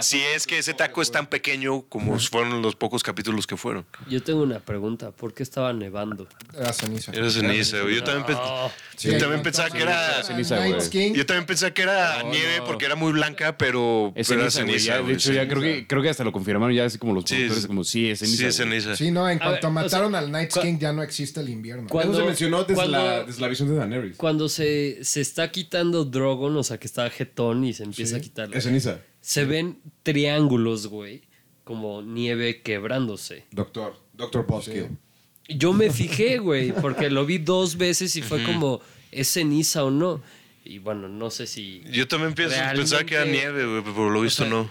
Speaker 4: Si es que ese taco es tan pequeño como fueron los pocos capítulos que fueron.
Speaker 5: Yo tengo una pregunta. ¿Por qué estaba nevando?
Speaker 3: Era ceniza.
Speaker 4: Era ceniza, güey. Yo también,
Speaker 5: Ah.
Speaker 4: pens- yo también pensaba que era...
Speaker 2: ceniza, güey.
Speaker 3: Night King.
Speaker 4: Yo también pensaba que era nieve porque era muy blanca, pero,
Speaker 2: Es
Speaker 4: pero
Speaker 2: ceniza, güey, ya,
Speaker 4: güey,
Speaker 2: De hecho, ya creo que, creo que hasta lo confirmaron ya así como los
Speaker 4: Sí,
Speaker 2: productores,
Speaker 4: es-
Speaker 2: como sí, es ceniza.
Speaker 4: Sí, es
Speaker 2: güey.
Speaker 4: ceniza.
Speaker 3: Sí, no, en cuanto
Speaker 5: ver, o
Speaker 3: mataron
Speaker 5: sea,
Speaker 3: al Night
Speaker 5: cua-
Speaker 3: King ya no existe el invierno.
Speaker 1: Eso
Speaker 5: Cuando-
Speaker 1: se mencionó desde,
Speaker 5: cuando-
Speaker 1: la, desde la visión de Daenerys.
Speaker 5: Cuando se, se está quitando Drogon, o sea, que está jetón y se empieza a quitar.
Speaker 1: Es ceniza.
Speaker 5: Se ven triángulos, güey, como nieve quebrándose.
Speaker 1: Doctor. Doctor Boskill.
Speaker 5: Yo me fijé, güey, porque lo vi dos veces y fue como, ¿es ceniza o no? Y bueno, no sé si...
Speaker 4: Yo también pienso, pensaba que era
Speaker 5: Realmente-
Speaker 4: nieve, güey, pero por lo visto no.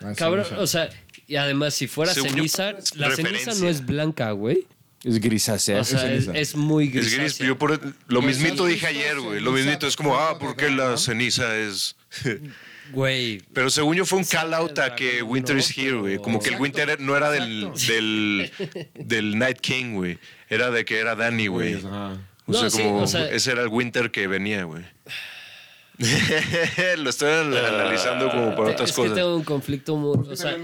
Speaker 3: Ah, sí,
Speaker 5: Cabrón,
Speaker 3: o sea,
Speaker 5: o sea, y además, si fuera
Speaker 4: Según yo,
Speaker 5: ceniza,
Speaker 4: es
Speaker 5: la ceniza no
Speaker 4: preferencia.
Speaker 5: es blanca, güey.
Speaker 2: Es grisácea.
Speaker 5: O sea, es,
Speaker 1: ceniza.
Speaker 5: es muy gris.
Speaker 4: Es gris, yo por lo
Speaker 5: Pues,
Speaker 4: mismito
Speaker 5: sí,
Speaker 4: dije
Speaker 3: sí,
Speaker 4: ayer, güey.
Speaker 3: sí,
Speaker 4: Lo
Speaker 3: sí,
Speaker 4: mismito
Speaker 3: sí,
Speaker 2: Pues
Speaker 4: es como,
Speaker 3: sí,
Speaker 4: ah,
Speaker 3: sí,
Speaker 4: porque
Speaker 3: sí,
Speaker 4: la
Speaker 3: sí.
Speaker 4: ceniza es.
Speaker 5: Güey,
Speaker 4: Pero según yo fue un call out a
Speaker 5: dragón,
Speaker 4: que
Speaker 5: no,
Speaker 4: Winter is here, güey.
Speaker 5: pero-
Speaker 4: Como que el Winter no era del, del, del Night King, güey. Era de que era Danny, güey.
Speaker 1: Ajá.
Speaker 4: O
Speaker 5: No,
Speaker 4: sea,
Speaker 5: sí,
Speaker 4: como
Speaker 5: o sea-
Speaker 4: ese era el Winter que venía, güey. lo estoy analizando como para
Speaker 5: Ah, te-
Speaker 4: otras
Speaker 5: es
Speaker 4: cosas.
Speaker 5: que tengo un conflicto muy... O sea,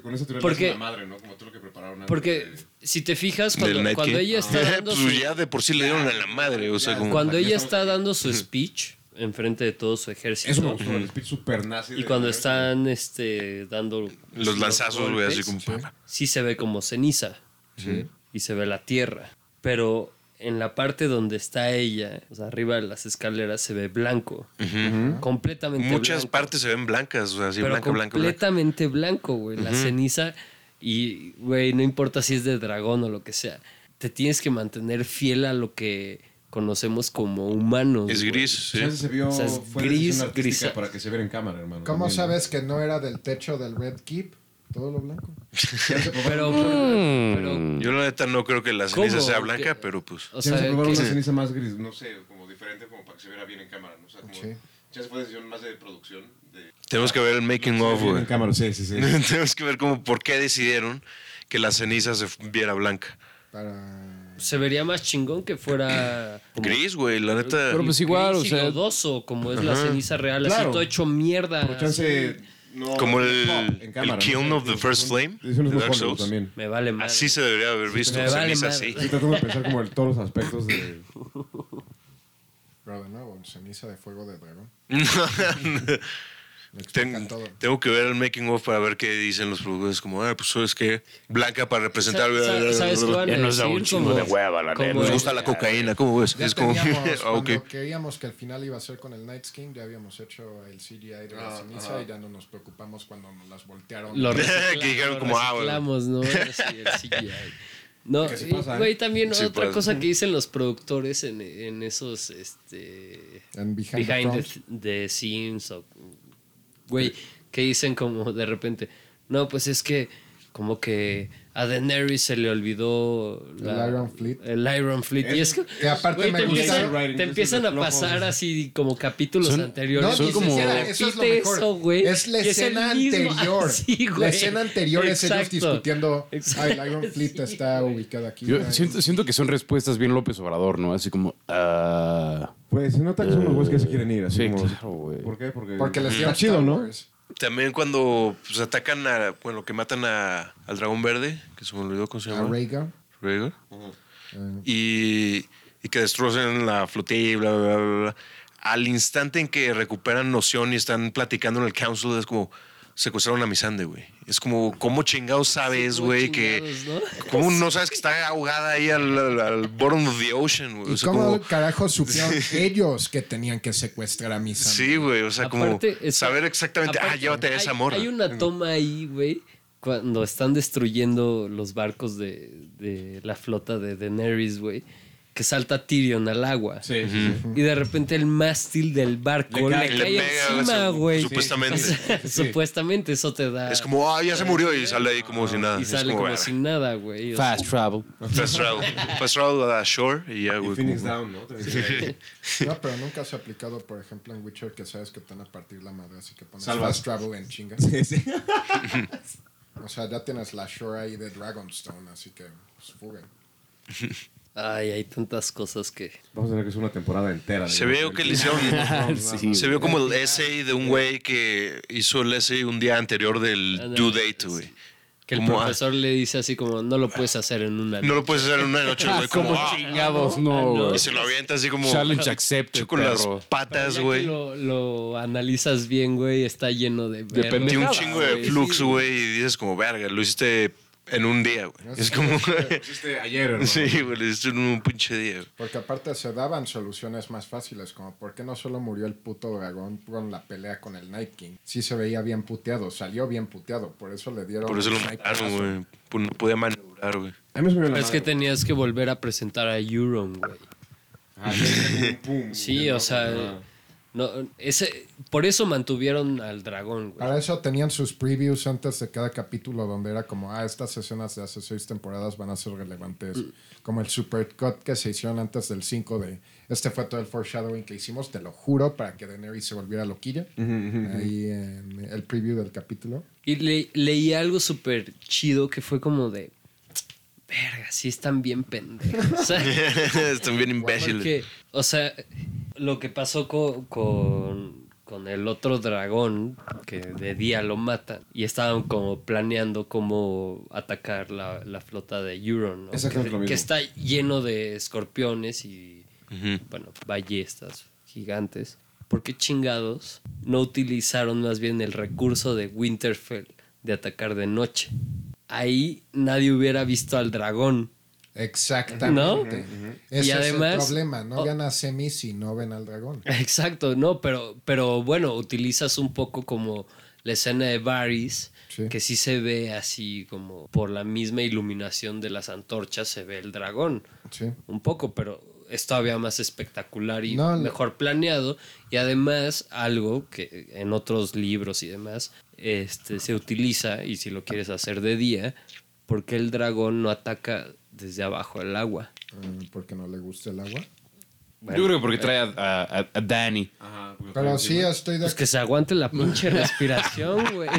Speaker 1: con esa teoría
Speaker 5: porque-
Speaker 1: es una madre, ¿no? Como tú lo que prepararon. antes
Speaker 5: porque
Speaker 1: de-
Speaker 5: si te fijas,
Speaker 4: Del
Speaker 5: cuando,
Speaker 4: Night
Speaker 5: cuando
Speaker 4: King.
Speaker 5: ella está dando
Speaker 4: pues
Speaker 5: su,
Speaker 4: ya de por sí le dieron a la madre, o sea, como.
Speaker 5: cuando ella está dando su speech enfrente de todo su ejército.
Speaker 1: Eso me gustó, el speech super nazi.
Speaker 5: Y cuando están este, dando
Speaker 4: Los lanzazos, güey, así
Speaker 5: golpes,
Speaker 4: como. pa, pa.
Speaker 5: sí se ve como ceniza y se ve la tierra. Pero en la parte donde está ella, o sea, arriba de las escaleras, se ve blanco. Completamente
Speaker 4: Muchas
Speaker 5: blanco.
Speaker 4: partes se ven blancas, o sea, así
Speaker 5: pero
Speaker 4: blanca, blanca, blanca.
Speaker 5: completamente blanco, güey. La ceniza y, güey, no importa si es de dragón o lo que sea. Te tienes que mantener fiel a lo que conocemos como humanos.
Speaker 4: Es
Speaker 5: güey.
Speaker 4: gris, sí.
Speaker 1: Chance se vio
Speaker 5: O sea, es
Speaker 1: fue una
Speaker 5: gris,
Speaker 1: decisión artística
Speaker 5: grisa.
Speaker 1: para que se viera en cámara, hermano.
Speaker 3: ¿Cómo
Speaker 1: también,
Speaker 3: sabes que no era del techo del Red Keep? Todo lo blanco.
Speaker 5: Pero, pero,
Speaker 4: Yo la neta no creo que la
Speaker 5: ¿Cómo?
Speaker 4: ceniza sea
Speaker 5: ¿Qué?
Speaker 4: blanca, pero pues.
Speaker 5: o
Speaker 1: ¿no? Chance
Speaker 5: sea,
Speaker 1: probaron
Speaker 5: que-
Speaker 1: una ceniza más gris, no sé, como diferente, como para que se viera bien en cámara. ¿no? O sea, como,
Speaker 3: Sí.
Speaker 1: Chance fue decisión más de producción. De,
Speaker 4: Tenemos que ver el making of,
Speaker 1: Bien
Speaker 4: güey. Ah,
Speaker 1: en cámara, sí, sí, sí.
Speaker 4: Tenemos que ver como por qué decidieron que la ceniza se viera blanca.
Speaker 3: Para.
Speaker 5: se vería más chingón que fuera como
Speaker 4: Gris, güey, la neta.
Speaker 2: Pero pues igual,
Speaker 5: gris
Speaker 2: o
Speaker 5: y
Speaker 2: sea-
Speaker 5: lodoso, como es la ceniza real, así
Speaker 1: Claro.
Speaker 5: todo hecho mierda.
Speaker 1: Pero chance no-
Speaker 4: Como el,
Speaker 1: pop en cámara,
Speaker 4: el Kiln
Speaker 1: ¿no?
Speaker 4: of the First Flame
Speaker 1: Es un
Speaker 4: de Dark
Speaker 1: juego
Speaker 4: Souls.
Speaker 1: también.
Speaker 5: Me vale más.
Speaker 4: Así se debería haber visto
Speaker 5: me vale
Speaker 4: ceniza
Speaker 5: madre.
Speaker 4: así.
Speaker 1: Estoy tratando de pensar como en todos los aspectos de...
Speaker 3: Pero de nuevo, ceniza de fuego de dragón. Me explica
Speaker 4: Ten-
Speaker 3: todo.
Speaker 4: tengo que ver el making of para ver qué dicen los productores. Como, ah, pues es que blanca para representar.
Speaker 5: Sa- sa- ¿Sabes qué van a
Speaker 7: Ya nos da
Speaker 5: decir?
Speaker 7: un chingo
Speaker 5: Como-
Speaker 7: de hueva, la
Speaker 5: como
Speaker 7: neta.
Speaker 4: Nos
Speaker 5: el-
Speaker 4: gusta la cocaína, ¿cómo ves?
Speaker 3: Ya
Speaker 4: es como,
Speaker 3: teníamos,
Speaker 4: ah, ok.
Speaker 3: cuando creíamos que el final iba a ser con el Night King, ya habíamos hecho el CGI de
Speaker 4: Ah,
Speaker 3: la ceniza y ya no nos preocupamos cuando nos las voltearon.
Speaker 5: Lo
Speaker 4: Que
Speaker 5: recicla-
Speaker 4: dijeron
Speaker 5: lo
Speaker 4: como, ah, bueno.
Speaker 5: reciclamos, ¿no? Así, el CGI. No,
Speaker 1: sí
Speaker 5: y,
Speaker 1: pasa, ¿eh?
Speaker 5: güey, también
Speaker 4: Sí
Speaker 5: otra
Speaker 4: pasa.
Speaker 5: cosa que dicen los productores en, en esos, este...
Speaker 3: En Behind, the
Speaker 5: Behind
Speaker 3: Front.
Speaker 5: the, the scenes o... Güey, que dicen como de repente... No, pues es que como que a Daenerys se le olvidó...
Speaker 3: El Iron Fleet.
Speaker 5: El Iron Fleet. y es que...
Speaker 3: Que aparte
Speaker 5: güey,
Speaker 3: me
Speaker 5: te
Speaker 3: gusta-
Speaker 5: empiezan,
Speaker 1: Writing,
Speaker 5: te
Speaker 1: es
Speaker 5: empiezan a
Speaker 1: flojo.
Speaker 5: pasar así como capítulos anteriores.
Speaker 3: No, ni
Speaker 5: Y se
Speaker 3: siquiera, eso es lo
Speaker 5: repite
Speaker 3: mejor.
Speaker 5: eso, güey,
Speaker 3: es la
Speaker 5: y el
Speaker 3: escena
Speaker 5: mismo- Ah,
Speaker 3: anterior.
Speaker 5: Sí, güey.
Speaker 3: la escena anterior es ellos
Speaker 5: Exacto.
Speaker 3: discutiendo.
Speaker 5: Exacto.
Speaker 3: Ah, el Iron Fleet
Speaker 5: Sí,
Speaker 3: está ubicado aquí.
Speaker 7: Yo
Speaker 3: Ah,
Speaker 7: siento, siento que son respuestas bien López Obrador, ¿no? Así como. ah,
Speaker 1: Pues se nota que son los güeyes que se quieren ir. Así
Speaker 7: sí,
Speaker 1: como,
Speaker 7: claro, güey.
Speaker 1: ¿Por qué? Porque,
Speaker 3: Porque les
Speaker 1: está
Speaker 3: dieron
Speaker 1: chido,
Speaker 3: Star
Speaker 1: ¿no?
Speaker 3: Wars.
Speaker 4: También cuando pues, atacan a. Bueno, que matan a, al dragón verde, que se me olvidó cómo se
Speaker 3: A
Speaker 4: llama.
Speaker 3: Rhaegar.
Speaker 4: Rhaegar.
Speaker 3: Eh,
Speaker 4: y, y que destrocen la flotilla y bla, bla, bla, bla, bla. Al instante en que recuperan noción y están platicando en el council, es como secuestraron a Misande, güey. Es como, ¿cómo chingados sabes,
Speaker 5: cómo
Speaker 4: güey, que...
Speaker 5: chingados,
Speaker 4: ¿Cómo no sabes que está ahogada ahí al, al, al bottom of the ocean, güey? O
Speaker 3: ¿Y
Speaker 4: sea,
Speaker 3: cómo
Speaker 4: como-
Speaker 3: carajo supieron ellos que tenían que secuestrar a Misa?
Speaker 4: Sí, güey, o sea,
Speaker 5: Aparte,
Speaker 4: como
Speaker 5: es-
Speaker 4: saber exactamente, ah,
Speaker 5: aparte,
Speaker 4: llévate a esa
Speaker 5: hay-
Speaker 4: morra.
Speaker 5: Hay una toma ahí, güey, cuando están destruyendo los barcos de, de la flota de Daenerys, güey, que salta Tyrion al agua.
Speaker 1: Sí, sí, sí.
Speaker 5: Y de repente el mástil del barco
Speaker 1: Le
Speaker 5: le
Speaker 1: cae-
Speaker 5: cae,
Speaker 4: le pega,
Speaker 5: encima,
Speaker 4: su-
Speaker 5: güey.
Speaker 4: supuestamente.
Speaker 5: O sea, Supuestamente eso te da...
Speaker 4: Es como, ah, ya se murió y sale ahí como si nada.
Speaker 5: y
Speaker 4: Es
Speaker 5: sale como
Speaker 4: ah,
Speaker 5: sin nada, güey. O sea,
Speaker 2: Fast travel.
Speaker 4: Fast travel. Fast travel a shore y ya,
Speaker 1: Y
Speaker 4: Ah, güey.
Speaker 1: Phoenix
Speaker 4: como-
Speaker 1: Down, ¿no? También se ve ahí.
Speaker 3: No, pero nunca has aplicado, por ejemplo, en Witcher que sabes que te van a partir la madre, así que pones
Speaker 1: Salvas.
Speaker 3: fast travel en chinga.
Speaker 1: Sí, sí.
Speaker 3: O sea, ya tienes la shore ahí de Dragonstone, así que pues, fuguen.
Speaker 5: Ay, hay tantas cosas que...
Speaker 1: Vamos a ver que es una temporada entera.
Speaker 4: Se
Speaker 1: digamos,
Speaker 4: veo
Speaker 1: el-
Speaker 4: que le hicieron.
Speaker 7: Sí,
Speaker 4: se vio como el essay de un güey que hizo el essay un día anterior del due date, güey.
Speaker 5: Que el
Speaker 4: Como, ah,
Speaker 5: profesor le dice así como, no lo puedes hacer en una
Speaker 4: No lo puedes hacer en una noche, güey. Como, ah,
Speaker 7: chingados, no,
Speaker 4: y
Speaker 7: güey.
Speaker 4: se lo avienta así como.
Speaker 7: Challenge accepted,
Speaker 4: con las
Speaker 7: perro.
Speaker 4: patas,
Speaker 5: Ya que
Speaker 4: güey.
Speaker 5: Lo, lo analizas bien, güey, está lleno de... verga.
Speaker 7: Depende-
Speaker 4: Tiene un
Speaker 7: nada,
Speaker 4: chingo de
Speaker 7: güey,
Speaker 4: flux, güey. Y dices, como, verga, lo hiciste en un día, güey. Es como.
Speaker 1: Este, ayer, hermano.
Speaker 4: sí, güey, lo hiciste en un pinche día, güey.
Speaker 3: Porque aparte se daban soluciones más fáciles, como por qué no solo murió el puto dragón con la pelea con el Night King. Sí se veía bien puteado, salió bien puteado, por eso le dieron...
Speaker 4: Por eso lo
Speaker 3: un
Speaker 4: mataron,
Speaker 3: sniper.
Speaker 4: güey. Pues No podía maniobrar, güey.
Speaker 1: A mí me subió la
Speaker 5: Pero es que
Speaker 1: madre.
Speaker 5: tenías que volver a presentar a Euron, güey.
Speaker 1: Ah, sí, pum, pum,
Speaker 5: Sí,
Speaker 1: ¿no?
Speaker 5: o sea...
Speaker 1: Ah.
Speaker 5: No, ese, por eso mantuvieron al dragón, güey.
Speaker 3: Para eso tenían sus previews antes de cada capítulo donde era como, ah, estas escenas de hace seis temporadas van a ser relevantes. Como el supercut que se hicieron antes del 5 de... Este fue todo el foreshadowing que hicimos, te lo juro, para que Daenerys se volviera loquilla. Ahí en el preview del capítulo.
Speaker 5: Y le- leí algo súper chido que fue como de... Verga, sí están bien pendejos. O sea,
Speaker 4: Están bien imbéciles.
Speaker 5: Porque, o sea, lo que pasó co- con, con el otro dragón, que de día lo matan, y estaban como planeando cómo atacar la, la flota de Euron, ¿no?
Speaker 1: Exactamente
Speaker 5: que,
Speaker 1: lo mismo.
Speaker 5: que está lleno de escorpiones y, bueno, ballestas gigantes. ¿por qué chingados no utilizaron más bien el recurso de Winterfell de atacar de noche? Ahí nadie hubiera visto al dragón.
Speaker 3: Exactamente.
Speaker 5: ¿No?
Speaker 3: Ese
Speaker 5: Y
Speaker 3: es
Speaker 5: además-
Speaker 3: el problema. No
Speaker 5: Oh.
Speaker 3: gana semi si no ven al dragón.
Speaker 5: Exacto, no, pero, pero bueno, utilizas un poco como la escena de Varys,
Speaker 3: Sí.
Speaker 5: que sí se ve así como por la misma iluminación de las antorchas se ve el dragón.
Speaker 3: Sí.
Speaker 5: un poco, pero es todavía más espectacular y
Speaker 3: No, no.
Speaker 5: mejor planeado. Y además, algo que en otros libros y demás este, se utiliza, y si lo quieres hacer de día, porque el dragón no ataca desde abajo el agua.
Speaker 3: Mm, Porque no le gusta el agua.
Speaker 2: Yo creo que porque trae a, a- a- a Danny.
Speaker 1: Ajá, porque
Speaker 3: Pero sí estoy de
Speaker 5: Pues
Speaker 3: acuerdo.
Speaker 5: que se aguante la pinche respiración, güey.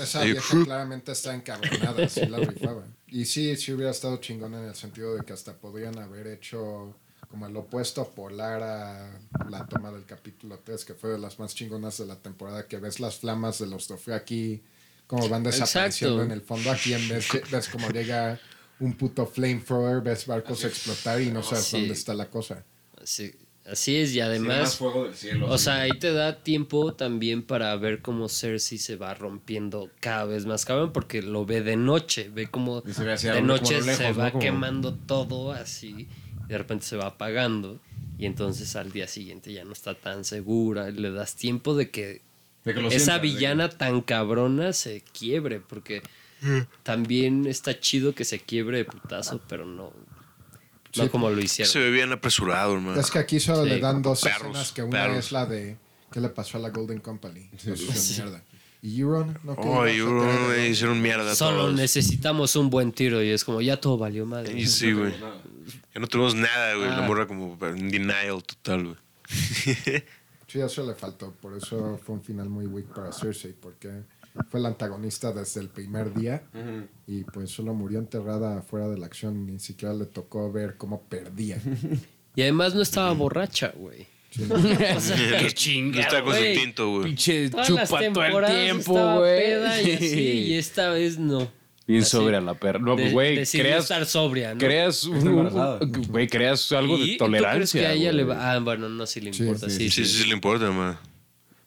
Speaker 3: Esa vieja claramente está encabronada, sí la rifaba. Y sí, sí hubiera estado chingón en el sentido de que hasta podrían haber hecho como el opuesto polar a la toma del capítulo 3, que fue de las más chingonas de la temporada, que ves las flamas de los Dothraki como van desapareciendo
Speaker 5: Exacto.
Speaker 3: en el fondo. Aquí en vez de- ves como llega un puto flamethrower, ves barcos explotar y no sabes
Speaker 5: Sí.
Speaker 3: dónde está la cosa.
Speaker 5: Así, así es, y
Speaker 1: más
Speaker 5: además,
Speaker 1: fuego del cielo.
Speaker 5: o sea, ahí te da tiempo también para ver cómo Cersei se va rompiendo cada vez más cabrón, porque lo ve de noche, ve cómo
Speaker 1: Y se ve hacia
Speaker 5: de
Speaker 1: lo-
Speaker 5: noche
Speaker 1: como lo
Speaker 5: se
Speaker 1: lejos,
Speaker 5: va
Speaker 1: ¿no? Como-
Speaker 5: quemando todo así y de repente se va apagando y entonces al día siguiente ya no está tan segura y le das tiempo de que
Speaker 1: De que lo
Speaker 5: esa
Speaker 1: sientas, de que-
Speaker 5: villana tan cabrona se quiebre porque también está chido que se quiebre de putazo pero no no como lo hicieron
Speaker 4: Se ve bien apresurado, hermano.
Speaker 3: Es que aquí solo
Speaker 5: Sí,
Speaker 3: le dan dos
Speaker 4: perros,
Speaker 3: escenas, que una
Speaker 4: perros.
Speaker 3: es la de ¿qué le pasó a la Golden Company? Los hicieron mierda. Y Euron, no que
Speaker 4: Oh,
Speaker 3: ibas a
Speaker 4: y
Speaker 3: tener-
Speaker 4: me hicieron mierda
Speaker 5: solo
Speaker 4: todos.
Speaker 5: necesitamos un buen tiro y es como ya todo valió madre
Speaker 4: Y sí, güey. Ya no tuvimos nada, güey. La
Speaker 5: Ah.
Speaker 4: morra como en denial total, güey.
Speaker 3: Sí, eso le faltó. Por eso fue un final muy weak para Cersei, porque fue el antagonista desde el primer día y pues solo murió enterrada fuera de la acción. Ni siquiera le tocó ver cómo perdía.
Speaker 5: y además no estaba borracha güey
Speaker 2: Qué
Speaker 4: No
Speaker 2: chinga.
Speaker 4: está con su
Speaker 5: güey.
Speaker 4: tinto, güey.
Speaker 2: Pinche
Speaker 5: Todas
Speaker 2: chupa
Speaker 5: las
Speaker 2: todo el
Speaker 5: temporadas
Speaker 2: tiempo,
Speaker 5: estaba peda y,
Speaker 2: güey.
Speaker 5: así, y esta vez no.
Speaker 2: Bien
Speaker 5: Así.
Speaker 2: sobria la perra. No,
Speaker 5: De-
Speaker 2: güey,
Speaker 5: decidió
Speaker 2: creas,
Speaker 5: estar sobria, ¿no?
Speaker 2: creas, un- un- güey, creas algo
Speaker 5: ¿Y
Speaker 2: de
Speaker 5: ¿Tú crees
Speaker 2: tolerancia.
Speaker 5: que a ella
Speaker 2: güey.
Speaker 5: le va? Ah, bueno, no si le importa.
Speaker 4: Sí,
Speaker 5: Sí,
Speaker 4: sí, sí, le importa, man.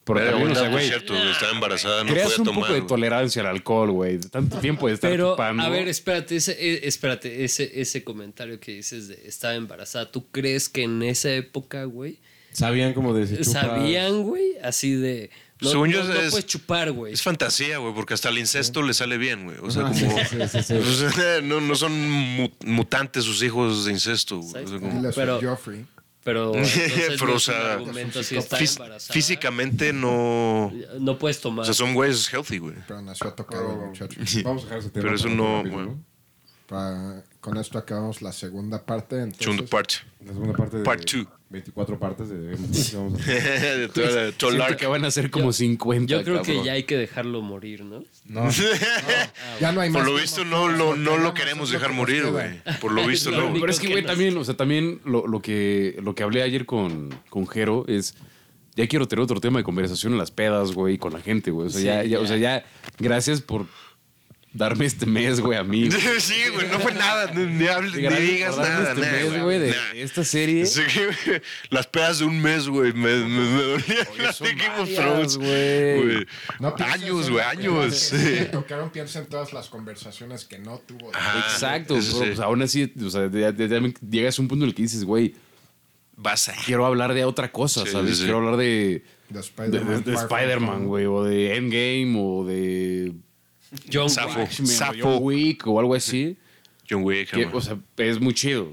Speaker 2: Porque
Speaker 4: Pero,
Speaker 2: también, o sea,
Speaker 4: no, es
Speaker 2: güey,
Speaker 4: cierto, güey, estaba embarazada, no
Speaker 2: creas
Speaker 4: podía
Speaker 2: un poco de
Speaker 4: tomar. güey.
Speaker 2: tolerancia al alcohol, güey. De Tanto tiempo de estar
Speaker 5: Pero,
Speaker 2: chupando.
Speaker 5: a ver, espérate, ese, eh, espérate, ese, ese comentario que dices de estaba embarazada, ¿tú crees que en esa época, güey,
Speaker 1: Sabían como decir.
Speaker 5: sabían, güey, así de... No,
Speaker 4: Según
Speaker 5: no,
Speaker 4: yo,
Speaker 5: no
Speaker 4: es-
Speaker 5: puedes chupar, güey.
Speaker 4: Es fantasía, güey, porque hasta el incesto le sale bien, güey. O sea,
Speaker 2: Ah,
Speaker 4: como. O sea, no, no son mu- mutantes sus hijos de incesto, güey. O sea, como-
Speaker 3: Y le
Speaker 5: Pero-
Speaker 3: Pero, Joffrey.
Speaker 5: Pero, entonces,
Speaker 4: Pero,
Speaker 5: no
Speaker 4: o
Speaker 5: es un
Speaker 4: sea,
Speaker 5: argumento si está
Speaker 4: Fis-
Speaker 5: embarazada.
Speaker 4: físicamente no.
Speaker 5: No puedes tomar.
Speaker 4: O sea, son güeyes healthy, güey.
Speaker 3: Pero nació tocado
Speaker 4: Oh.
Speaker 3: el muchacho.
Speaker 1: Vamos a dejar ese tema.
Speaker 4: Pero eso
Speaker 1: para
Speaker 4: no,
Speaker 1: otro capítulo.
Speaker 4: güey.
Speaker 3: Pa- con esto acabamos la segunda parte.
Speaker 4: Segundo
Speaker 3: Entonces,
Speaker 4: parte.
Speaker 1: La segunda parte de.
Speaker 4: Part two.
Speaker 1: 24 partes de. vamos a-
Speaker 4: De toda la- todo el
Speaker 2: Siento
Speaker 4: arc.
Speaker 2: que van a ser como 50.
Speaker 5: Yo creo que
Speaker 2: cabrón.
Speaker 5: ya hay que dejarlo morir, ¿no?
Speaker 3: ya no hay
Speaker 4: Por
Speaker 3: más
Speaker 4: lo
Speaker 3: temas,
Speaker 4: visto, no,
Speaker 3: temas,
Speaker 4: lo,
Speaker 3: porque
Speaker 4: no
Speaker 3: nada
Speaker 4: lo
Speaker 3: más
Speaker 4: queremos
Speaker 3: es lo
Speaker 4: dejar
Speaker 3: que nos
Speaker 4: morir,
Speaker 3: queda.
Speaker 4: güey. Por lo visto,
Speaker 5: Lo
Speaker 4: no, güey.
Speaker 5: único-
Speaker 2: Pero es que,
Speaker 5: que
Speaker 2: güey,
Speaker 5: no-
Speaker 2: también, o sea, también lo, lo que, lo que hablé ayer con, con Jero es. Ya quiero tener otro tema de conversación en las pedas, güey, con la gente, güey. O sea,
Speaker 5: Sí,
Speaker 2: ya, ya- o
Speaker 5: ya.
Speaker 2: sea, ya, gracias por darme este mes, güey, a mí. güey.
Speaker 4: Sí, güey, no fue nada. Ni, ni hables- ni
Speaker 2: Gracias por
Speaker 4: digas
Speaker 2: darme
Speaker 4: nada,
Speaker 2: este
Speaker 4: nada,
Speaker 2: mes, güey,
Speaker 4: güey.
Speaker 2: de
Speaker 4: Nah.
Speaker 2: esta serie.
Speaker 4: Así que, güey, las pedas de un mes, güey, me, me, me dolían las de Game of Thrones,
Speaker 2: güey.
Speaker 4: güey.
Speaker 3: No pienses
Speaker 4: años,
Speaker 3: en
Speaker 4: güey,
Speaker 3: la
Speaker 4: años.
Speaker 3: primera vez que tocaron, piensa en todas las conversaciones que no tuvo.
Speaker 2: Exacto,
Speaker 4: eso
Speaker 2: bro.
Speaker 4: sí.
Speaker 2: Pues aún así, o sea, ya- ya- ya llegas a un punto en el que dices, güey,
Speaker 4: Vas a.
Speaker 2: quiero hablar de otra cosa,
Speaker 4: Sí,
Speaker 2: ¿sabes?
Speaker 4: sí, sí.
Speaker 2: Quiero hablar de,
Speaker 3: De
Speaker 2: de,
Speaker 3: Spider-Man.
Speaker 2: de
Speaker 3: Far From
Speaker 2: Spider-Man,
Speaker 3: Home.
Speaker 2: güey, o de Endgame, o de
Speaker 5: John
Speaker 4: Safo.
Speaker 5: Wick.
Speaker 2: Watchmen,
Speaker 4: Sapo.
Speaker 2: o John Wick, o algo así.
Speaker 4: John Wick,
Speaker 2: Que,
Speaker 4: hermano.
Speaker 2: o sea, es muy chido.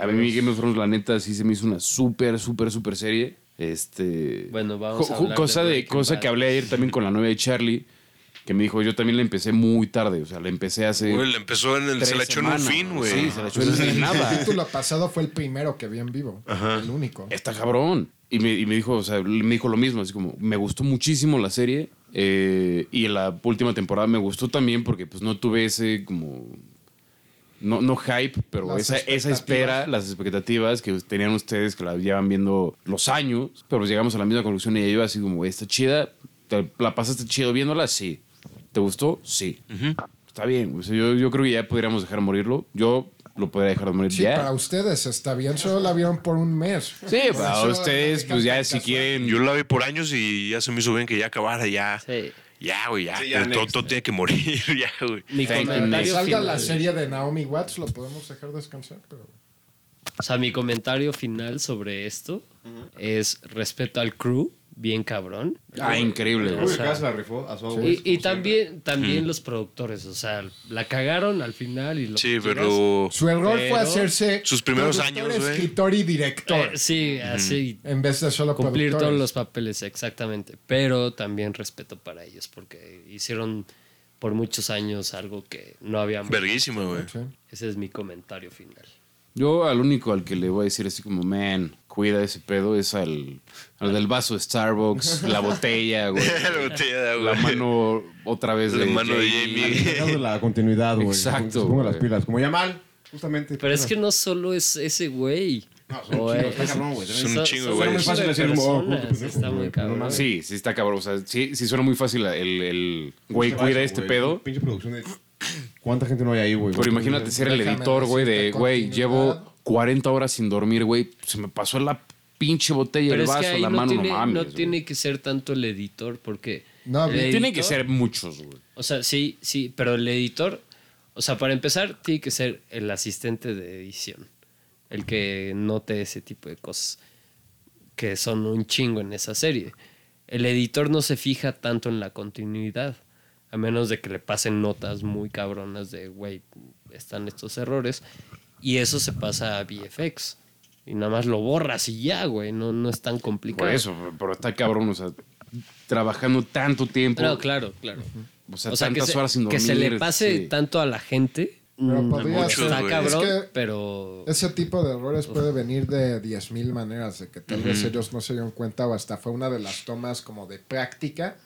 Speaker 2: A mí Game of Thrones, la neta, sí se me hizo una súper, súper, súper serie. Este...
Speaker 5: Bueno, vamos a
Speaker 2: jo-
Speaker 5: hablar
Speaker 2: Cosa,
Speaker 5: de
Speaker 2: de,
Speaker 5: Breaking
Speaker 2: cosa
Speaker 5: Bad.
Speaker 2: que hablé ayer también con la novia de Charlie, que me dijo, yo también la empecé muy tarde, o sea, la empecé hace...
Speaker 4: Güey, le empezó en el.
Speaker 2: tres
Speaker 4: Se la echó en un
Speaker 2: semanas,
Speaker 4: fin, güey.
Speaker 2: Sí, se la echó en un fin.
Speaker 3: El
Speaker 2: Nada.
Speaker 3: título pasado fue el primero que vi en vivo. El único.
Speaker 2: está cabrón. Y me, y me dijo, o sea, me dijo lo mismo, así como, me gustó muchísimo la serie eh, y la última temporada me gustó también porque pues no tuve ese como, no, no hype, pero
Speaker 3: Las
Speaker 2: esa, esa espera,
Speaker 3: expectativas.
Speaker 2: las expectativas que tenían ustedes que la llevan viendo los años, pero pues llegamos a la misma conclusión y yo así como, "Güey, está chida, ¿Te la pasaste chido viéndola, sí. ¿Te gustó? Sí. Está bien, güey. O sea, yo, yo creo que ya podríamos dejar morirlo. Yo lo podría dejar de morir
Speaker 3: Sí,
Speaker 2: ya.
Speaker 3: para ustedes está bien, solo la vieron por un mes.
Speaker 2: Sí, para
Speaker 3: Eso
Speaker 2: ustedes,
Speaker 3: aplica
Speaker 2: pues ya
Speaker 3: para
Speaker 2: si
Speaker 3: caso.
Speaker 2: quieren.
Speaker 4: Yo la vi por años y ya se me hizo bien que ya acabara, ya.
Speaker 5: Sí.
Speaker 4: Ya, güey, ya.
Speaker 8: Sí, ya,
Speaker 4: el
Speaker 8: next.
Speaker 4: tonto tiene que morir, ya, güey.
Speaker 5: Mi
Speaker 2: Thank you,
Speaker 3: Que
Speaker 5: comentario
Speaker 3: salga la
Speaker 5: final.
Speaker 3: serie de Naomi Watts, lo podemos dejar descansar, pero
Speaker 5: O sea, mi comentario final sobre esto es respeto al crew, bien cabrón.
Speaker 2: Ah, increíble,
Speaker 8: Uy,
Speaker 2: güey.
Speaker 5: sea-
Speaker 8: Gas la rifó a su
Speaker 5: Y, y
Speaker 4: Mm.
Speaker 5: también, también los productores, o sea, la cagaron al final y lo
Speaker 4: Sí,
Speaker 5: que quieras.
Speaker 4: pero.
Speaker 3: su error
Speaker 5: Pero-
Speaker 3: fue hacerse
Speaker 4: Sus primeros
Speaker 3: productor,
Speaker 4: años, güey.
Speaker 3: escritor y director
Speaker 5: Eh, sí, así
Speaker 3: en vez de solo
Speaker 5: cumplir todos
Speaker 3: productores.
Speaker 5: los papeles, exactamente. Pero también respeto para ellos, porque hicieron por muchos años algo que no habíamos.
Speaker 4: Verguísima, güey.
Speaker 5: Ese es mi comentario final.
Speaker 2: Yo al único al que le voy a decir así como, man, cuida ese pedo, es al, al del vaso de Starbucks, la botella, güey.
Speaker 4: La botella de agua.
Speaker 2: La mano otra vez
Speaker 4: La
Speaker 2: de
Speaker 4: mano de Jamie.
Speaker 1: de la continuidad, güey.
Speaker 2: Exacto,
Speaker 1: Se pongan las
Speaker 2: güey.
Speaker 1: pilas. Como Yamal, justamente.
Speaker 5: Pero es que no solo es ese güey. O es-
Speaker 4: Es un
Speaker 5: son-
Speaker 4: chingo,
Speaker 5: son
Speaker 4: güey.
Speaker 5: un
Speaker 4: Es
Speaker 5: chingo
Speaker 1: fácil
Speaker 5: de
Speaker 1: decir como, oh,
Speaker 5: personas,
Speaker 1: puto pendejo,
Speaker 5: Está muy
Speaker 1: güey, pero no
Speaker 5: cabrón.
Speaker 1: mames.
Speaker 2: Sí, sí está cabrón. O sea, sí, sí suena muy fácil el, el güey, cuida este pedo.
Speaker 1: Pinche producción de. ¿Cuánta gente no hay ahí, güey?
Speaker 2: Pero imagínate ser el
Speaker 3: Déjame
Speaker 2: editor, güey, de,
Speaker 3: decirte
Speaker 2: güey,
Speaker 3: continuidad.
Speaker 2: llevo 40 horas sin dormir, güey. Se me pasó la pinche botella, el
Speaker 5: Pero es
Speaker 2: vaso,
Speaker 5: que ahí
Speaker 2: la
Speaker 5: no,
Speaker 2: mano,
Speaker 5: tiene,
Speaker 2: no mames.
Speaker 5: no
Speaker 2: güey.
Speaker 5: tiene que ser tanto el editor, porque.
Speaker 3: No,
Speaker 5: el
Speaker 3: güey.
Speaker 2: Tiene que
Speaker 5: editor-
Speaker 2: ser muchos, güey.
Speaker 5: O sea, sí, sí, pero el editor, o sea, para empezar, tiene que ser el asistente de edición, el que note ese tipo de cosas, que son un chingo en esa serie. El editor no se fija tanto en la continuidad, a menos de que le pasen notas muy cabronas de, güey, están estos errores, y eso se pasa a VFX. Y nada más lo borras y ya, güey, no, no es tan complicado.
Speaker 2: Por eso, pero está cabrón, o sea, trabajando tanto tiempo.
Speaker 5: No, claro, claro.
Speaker 2: O sea,
Speaker 5: O sea, que
Speaker 2: tantas
Speaker 5: se,
Speaker 2: horas sin
Speaker 5: que
Speaker 2: dormir.
Speaker 5: se le pase
Speaker 2: sí.
Speaker 5: tanto a la gente.
Speaker 3: Pero
Speaker 5: mm,
Speaker 3: podría
Speaker 4: muchos,
Speaker 5: está
Speaker 4: güey.
Speaker 5: cabrón,
Speaker 3: Es que-
Speaker 5: pero.
Speaker 3: Ese tipo de errores puede venir de 10.000 maneras, de que tal vez ellos no se dieron cuenta o hasta fue una de las tomas como de práctica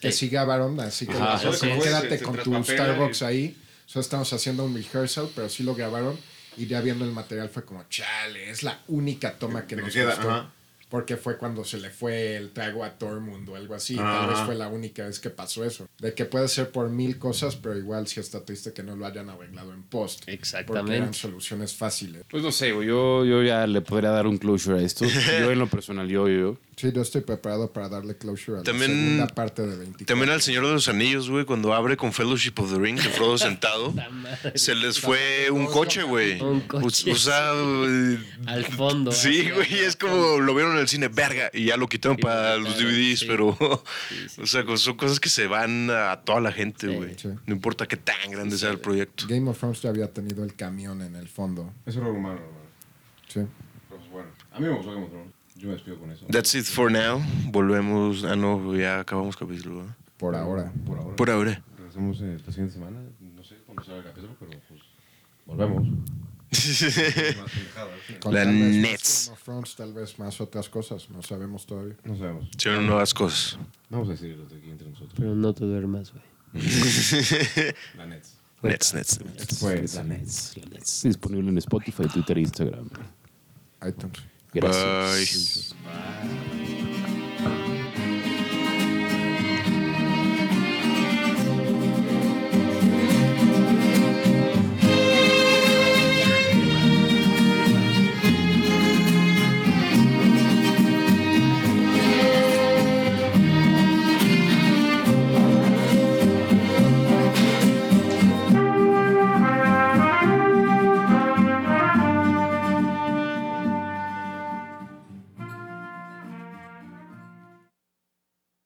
Speaker 3: que sí grabaron, así que
Speaker 8: Ajá.
Speaker 3: les dijeron,
Speaker 8: Sí,
Speaker 3: como,
Speaker 8: sí,
Speaker 3: quédate
Speaker 8: se- se
Speaker 3: con tu
Speaker 8: traspapela
Speaker 3: Starbucks
Speaker 8: y-
Speaker 3: ahí. Solo estamos haciendo un rehearsal, pero sí lo grabaron y ya viendo el material fue como, chale, es la única toma que
Speaker 8: Que
Speaker 3: nos
Speaker 8: queda,
Speaker 3: gustó".
Speaker 8: ajá.
Speaker 3: Porque fue cuando se le fue el trago a Tormund o algo así. Tal
Speaker 8: Ajá.
Speaker 3: vez fue la única vez que pasó eso. De que puede ser por mil cosas, pero igual sí está triste que no lo hayan arreglado en post. Porque eran
Speaker 5: Exactamente.
Speaker 3: soluciones fáciles.
Speaker 2: Pues no sé, güey, yo, yo ya le podría dar un closure a esto. Yo en lo personal, yo, yo.
Speaker 3: Sí, yo estoy preparado para darle closure a
Speaker 4: También-
Speaker 3: la segunda parte de 24.
Speaker 4: También al Señor de los Anillos, güey, cuando abre con Fellowship of the Ring, que Frodo sentado, se les fue un coche, güey.
Speaker 5: Un coche.
Speaker 4: O sea, güey,
Speaker 5: Al fondo.
Speaker 4: sí,
Speaker 5: así,
Speaker 4: güey, es como lo vieron en el cine, verga, y ya lo quitaron
Speaker 5: Sí,
Speaker 4: para
Speaker 5: lo
Speaker 4: los
Speaker 5: quitaron,
Speaker 4: DVDs,
Speaker 5: sí.
Speaker 4: pero,
Speaker 5: Sí, sí.
Speaker 4: o sea, son cosas que se van a toda la gente, güey.
Speaker 3: sí.
Speaker 4: No importa qué tan grande sea el proyecto.
Speaker 3: Game of Thrones ya había tenido el camión en el fondo.
Speaker 1: Es error humano, hermano.
Speaker 3: Sí.
Speaker 1: Pero pues bueno. A mí me gustó Game of Thrones. Yo me despido con eso.
Speaker 4: That's it for now. Volvemos. Ah, no, ya acabamos capítulo. ¿eh? ¿verdad?
Speaker 3: Por ahora.
Speaker 1: Por ahora.
Speaker 4: Por ahora.
Speaker 1: Regresamos eh, la siguiente semana. No sé cuándo será el capítulo, pero pues. Volvemos. Más pendejadas.
Speaker 3: Con
Speaker 4: La
Speaker 3: tal vez más
Speaker 4: Nets.
Speaker 3: Game of Thrones, tal vez más otras cosas. No sabemos todavía.
Speaker 1: No sabemos.
Speaker 4: Se ven nuevas cosas.
Speaker 1: Vamos a decirlo de aquí entre nosotros.
Speaker 5: Pero no te duermas, güey.
Speaker 1: La Nets.
Speaker 4: Nets, Nets, Nets.
Speaker 1: Pues, la Nets.
Speaker 2: Disponible en Spotify, Twitter e Instagram.
Speaker 3: iTunes.
Speaker 2: Gracias.
Speaker 4: Bye.